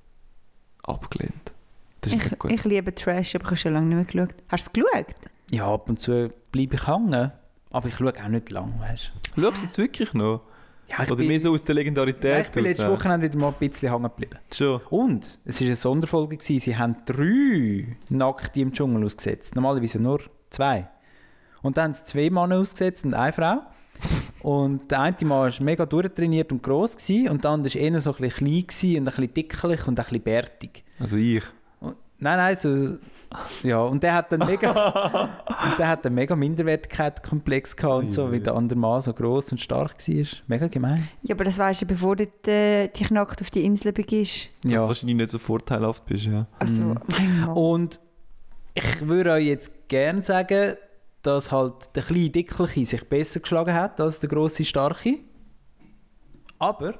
Abgelehnt. Das ist Ich, nicht gut. ich liebe Trash, aber ich habe schon lange nicht mehr geschaut. Hast du es geschaut? Ja, ab und zu bleibe ich hängen, aber ich schaue auch nicht lang, weißt du. Schau sie jetzt wirklich noch? Ja, ich Oder bin, mehr so aus der Legendarität nein, ich bin raus, letztes ja. Wochenende wieder mal ein bisschen hängen geblieben. Schon. Und es war eine Sonderfolge, gewesen. sie haben drei Nackte im Dschungel ausgesetzt. Normalerweise nur zwei. Und dann haben sie zwei Männer ausgesetzt und eine Frau. Und der eine Mann war mega durchtrainiert und gross gewesen, und der andere war eher so ein bisschen klein gewesen, und ein bisschen dicklich und ein bisschen bärtig. Also ich. Und, nein, nein, so, ja, und der hat dann mega, und der hat einen mega Minderwertigkeitskomplex gehabt und so, weil der andere Mann so gross und stark war. Mega gemein. Ja, aber das weißt du, bevor du äh, dich nackt auf die Insel begibst. Dass du Ja. wahrscheinlich nicht so vorteilhaft bist, ja. Also, mein Mann. Oh. Und ich würde euch jetzt gerne sagen, dass halt der kleine Dickliche sich besser geschlagen hat als der grosse Starke. Aber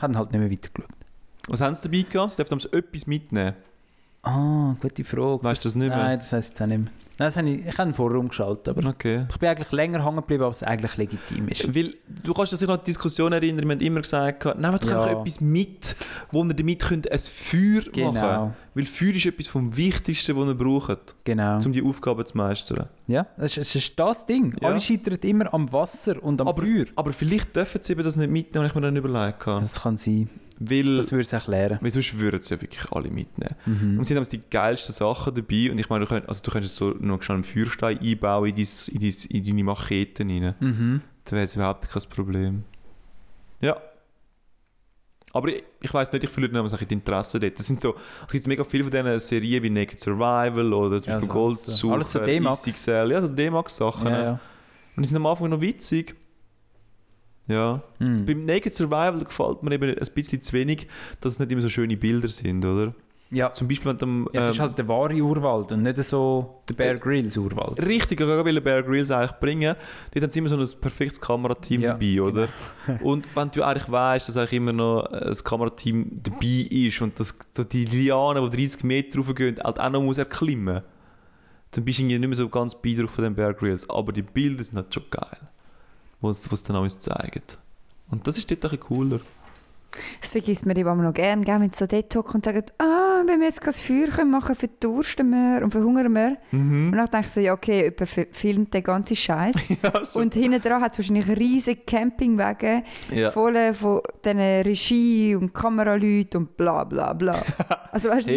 haben halt nicht mehr weitergeschaut. Was haben sie dabei gehabt? Sie dürfen uns etwas mitnehmen. Ah, gute Frage. Weißt du das nicht mehr? Nein, das weiß ich jetzt auch nicht mehr. Nein, das habe ich, ich habe ihn vorher umgeschaltet, aber Okay. ich bin eigentlich länger hängen geblieben, als es eigentlich legitim ist. Weil du kannst dich sicher noch an die Diskussion erinnern, wir haben immer gesagt, nehmt doch Ja. einfach etwas mit, wo ihr damit könnt ein Feuer machen Genau, Weil Feuer ist etwas vom Wichtigsten, was ihr braucht, genau. um die Aufgabe zu meistern. Ja, es ist, es ist das Ding. Ja. Alle scheitern immer am Wasser und am Aber- Feuer. Aber vielleicht dürfen sie eben das nicht mitnehmen, habe ich mir dann überlegt. gehabt. Das kann sein. Weil, Das würde es erklären. weil sonst würden sie ja wirklich alle mitnehmen. Mhm. Und sie haben also die geilsten Sachen dabei. Und ich meine, du könntest, also du könntest so noch schnell einen Feuerstein einbauen in, dein, in, dein, in deine Macheten rein. Mhm. Dann wäre es überhaupt kein Problem. Ja. Aber ich, ich weiß nicht, ich verliere nämlich ein bisschen die Interesse dort. Das sind so, es gibt mega viele von diesen Serien wie Naked Survival oder zum Ja, Beispiel so- Gold so- Suche, alles so D-Max. Easy Excel, ja, so D-Max-Sachen. Ja, ja. Und die sind am Anfang noch witzig. Ja. Hm. Beim Naked Survival gefällt mir eben ein bisschen zu wenig, dass es nicht immer so schöne Bilder sind, oder? Ja, Zum Beispiel mit dem. Ja, es ist ähm, halt der wahre Urwald und nicht so der Bear Grylls Urwald. richtig, ich will Bear Grylls eigentlich bringen. Dort haben sie immer so ein perfektes Kamerateam Ja, genau. dabei, oder? und wenn du eigentlich weißt, dass eigentlich immer noch ein Kamerateam dabei ist und dass so die Lianen, die 30 Meter raufgehen, halt auch noch muss erklimmen dann bist du irgendwie nicht mehr so ganz beeindruckt von den Bear Grylls. Aber die Bilder sind halt schon geil, was es dann auch zeigen. Und das ist dort ein bisschen cooler. Das vergisst man eben auch noch gern, gell, wenn sie so dort hocken und sagen, ah, wenn wir jetzt kein Feuer können machen können, verdursten wir und verhungern wir. Mhm. Und dann denkst du so, ja okay, jemand fi- filmt den ganzen Scheiß. und hinten dran hat es wahrscheinlich riesige Campingwagen, Ja. voll äh, von diesen Regie- und Kameraleuten und bla bla bla. Also weißt du, was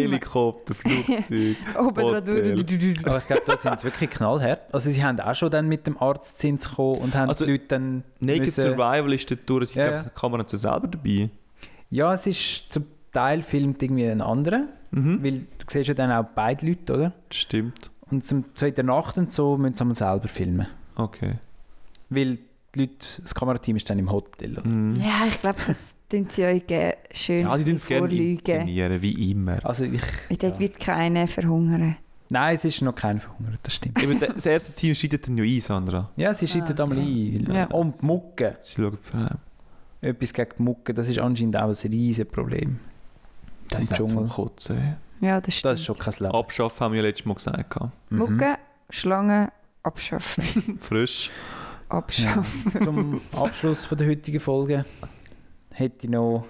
Helikopter, Flugzeug, ich meine? oben dran Hotel. du- du- du- du- Aber ich glaube, da sind sie wirklich knallhart. Also sie haben auch schon dann mit dem Arztzins gekommen und haben Also, die Leute dann... Naked müssen- Survival ist dort durch, ich Ja, glaube, ja. die Kamera zu selber dabei. Ja, es ist zum Teil filmt irgendwie ein anderer, Mhm. weil du siehst ja dann auch beide Leute, oder? Stimmt. Und zum, so in der Nacht und so müssen sie einmal selber filmen. Okay. Weil die Leute, das Kamerateam ist dann im Hotel. Oder? Mhm. Ja, ich glaube, das tun sie euch äh, schön Ja, sie tun es gerne vorlügen. inszenieren, wie immer. Also ich... Weil dort wird keiner verhungern. Nein, es ist noch kein verhungert, das stimmt. Eben, der- das erste Team scheidet dann ja ein, Sandra. Ja, sie schreitet einmal ein. weil- Ja. Und die Mucke. Sie schauen für äh, einen. Etwas gegen die Mucke, das ist anscheinend auch ein riesiges Problem. Das ist Im auch zum Dschungel. Kotzen. ey. Ja, das stimmt. Das ist schon kein Leben. Mhm. Abschaffen haben wir ja letztes Mal gesagt. gehabt. Mucke, Schlangen, abschaffen. Frisch. Ja. Abschaffen. Zum Abschluss von der heutigen Folge hätte ich noch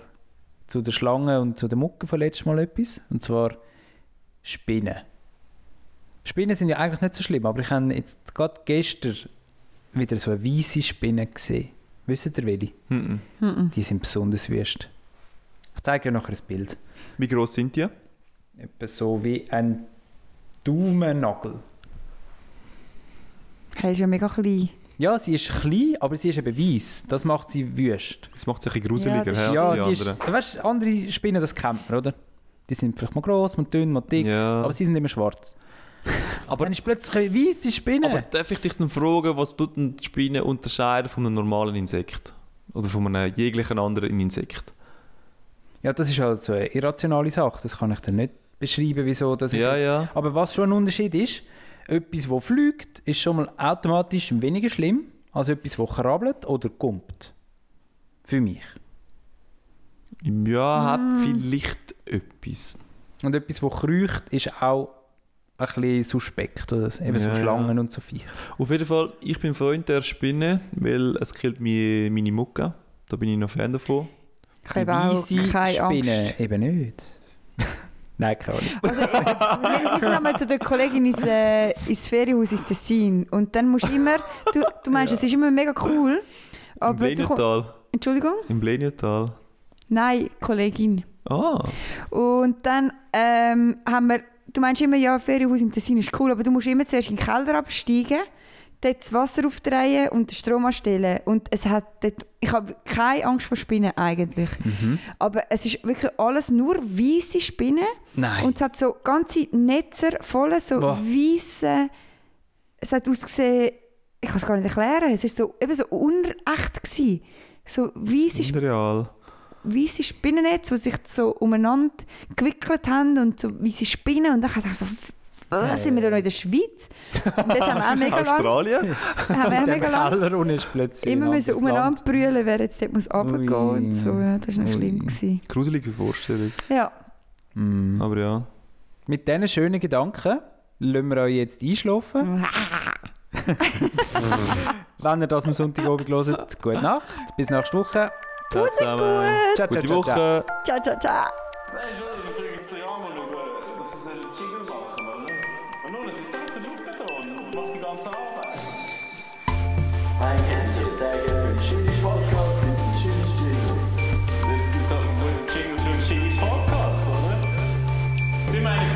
zu der Schlange und zu der Mucke von letztem Mal etwas. Und zwar Spinnen. Spinnen sind ja eigentlich nicht so schlimm, aber ich habe jetzt gerade gestern wieder so eine weiße Spinne gesehen. Wisst ihr, welche? Mhm. Mhm. Die sind besonders wüst. Ich zeige euch nachher ein Bild. Wie gross sind die? Etwa so wie ein Daumennagel. Er ist ja mega klein. Ja, sie ist klein, aber sie ist eben weiss. Das macht sie wüst. Das macht sich ein bisschen gruseliger das hä, ja, als sie also die ist, anderen. weißt, du, andere Spinnen, das kennt man, oder? Die sind vielleicht mal gross, mal dünn, mal dick, Ja. aber sie sind immer schwarz. aber dann ist plötzlich eine weiße Spinne. Aber darf ich dich dann fragen, was tut denn die Spinne unterscheiden von einem normalen Insekt? Oder von einem jeglichen anderen Insekt? ja, das ist halt so eine irrationale Sache. Das kann ich dir nicht beschreiben, wieso das Ja, ja. Aber was schon ein Unterschied ist, etwas, das fliegt, ist schon mal automatisch weniger schlimm, als etwas, das krabbelt oder kumpt. Für mich. Ja, Mm. hat vielleicht etwas. Und etwas, das kreucht, ist auch ein bisschen suspekt. Oder? Eben so Ja, ja. Schlangen und so Viecher. Auf jeden Fall, ich bin Freund der Spinne, weil es killt mir meine Mucke. Da bin ich noch Fan davon. Ich habe auch weisse keine Spinne Angst. eben nicht. Nein, keine Ahnung. Also, ich- wir müssen nochmal zu der Kollegin ins, äh, ins Ferienhaus ins Tessin. Und dann musst du immer, du, du meinst, es ist immer mega cool, Im aber du komm- Bleniental. Entschuldigung? Im Bleniental. Nein, Kollegin. Ah, Und dann ähm, haben wir, du meinst immer, ja, Ferienhaus im Tessin ist cool, aber du musst immer zuerst in den Keller absteigen, dort das Wasser aufdrehen und den Strom anstellen. Und es hat dort, ich habe keine Angst vor Spinnen eigentlich. Aber es ist wirklich alles nur weiße Spinnen Nein. und es hat so ganze Netzer voll so Boah. weiße, es hat ausgesehen, ich kann es gar nicht erklären, es ist so, eben so unecht gewesen. So weiße unreal. weiße Spinnennetz, die sich so umeinander gewickelt haben und so weisse Spinnen. Und dann dachte ich so, äh, sind wir da noch in der Schweiz? Und dort haben wir auch mega lange, Australien? haben wir auch mega lang Keller und ist plötzlich immer ein müssen anderes Land. umeinander brüllen, wer jetzt dort muss runtergehen Ui. und so. Ja, das war noch Ui. schlimm. Gewesen. Gruselige Vorstellung. Ja, Mm. Aber ja. Mit diesen schönen Gedanken lassen wir euch jetzt einschlafen. Wenn ihr das am Sonntagabend hört, gute Nacht. Bis nächste Woche. Pause gut. Ciao, ciao, Gute ciao, ciao. Woche. ciao, ciao, ciao. Nein, schon, ich frage es dir einmal, ob, äh, dass es eine Jingle-Sache war. ne? Und nun, es ist selbst der Luftbeton und macht die ganze Arbeit. Mein Händchen sei für Chili Podcast, diesen Chili Jingle. Jetzt gibt's auch so einen Jingle für einen Jingle-Podcast, oder? Ich meine,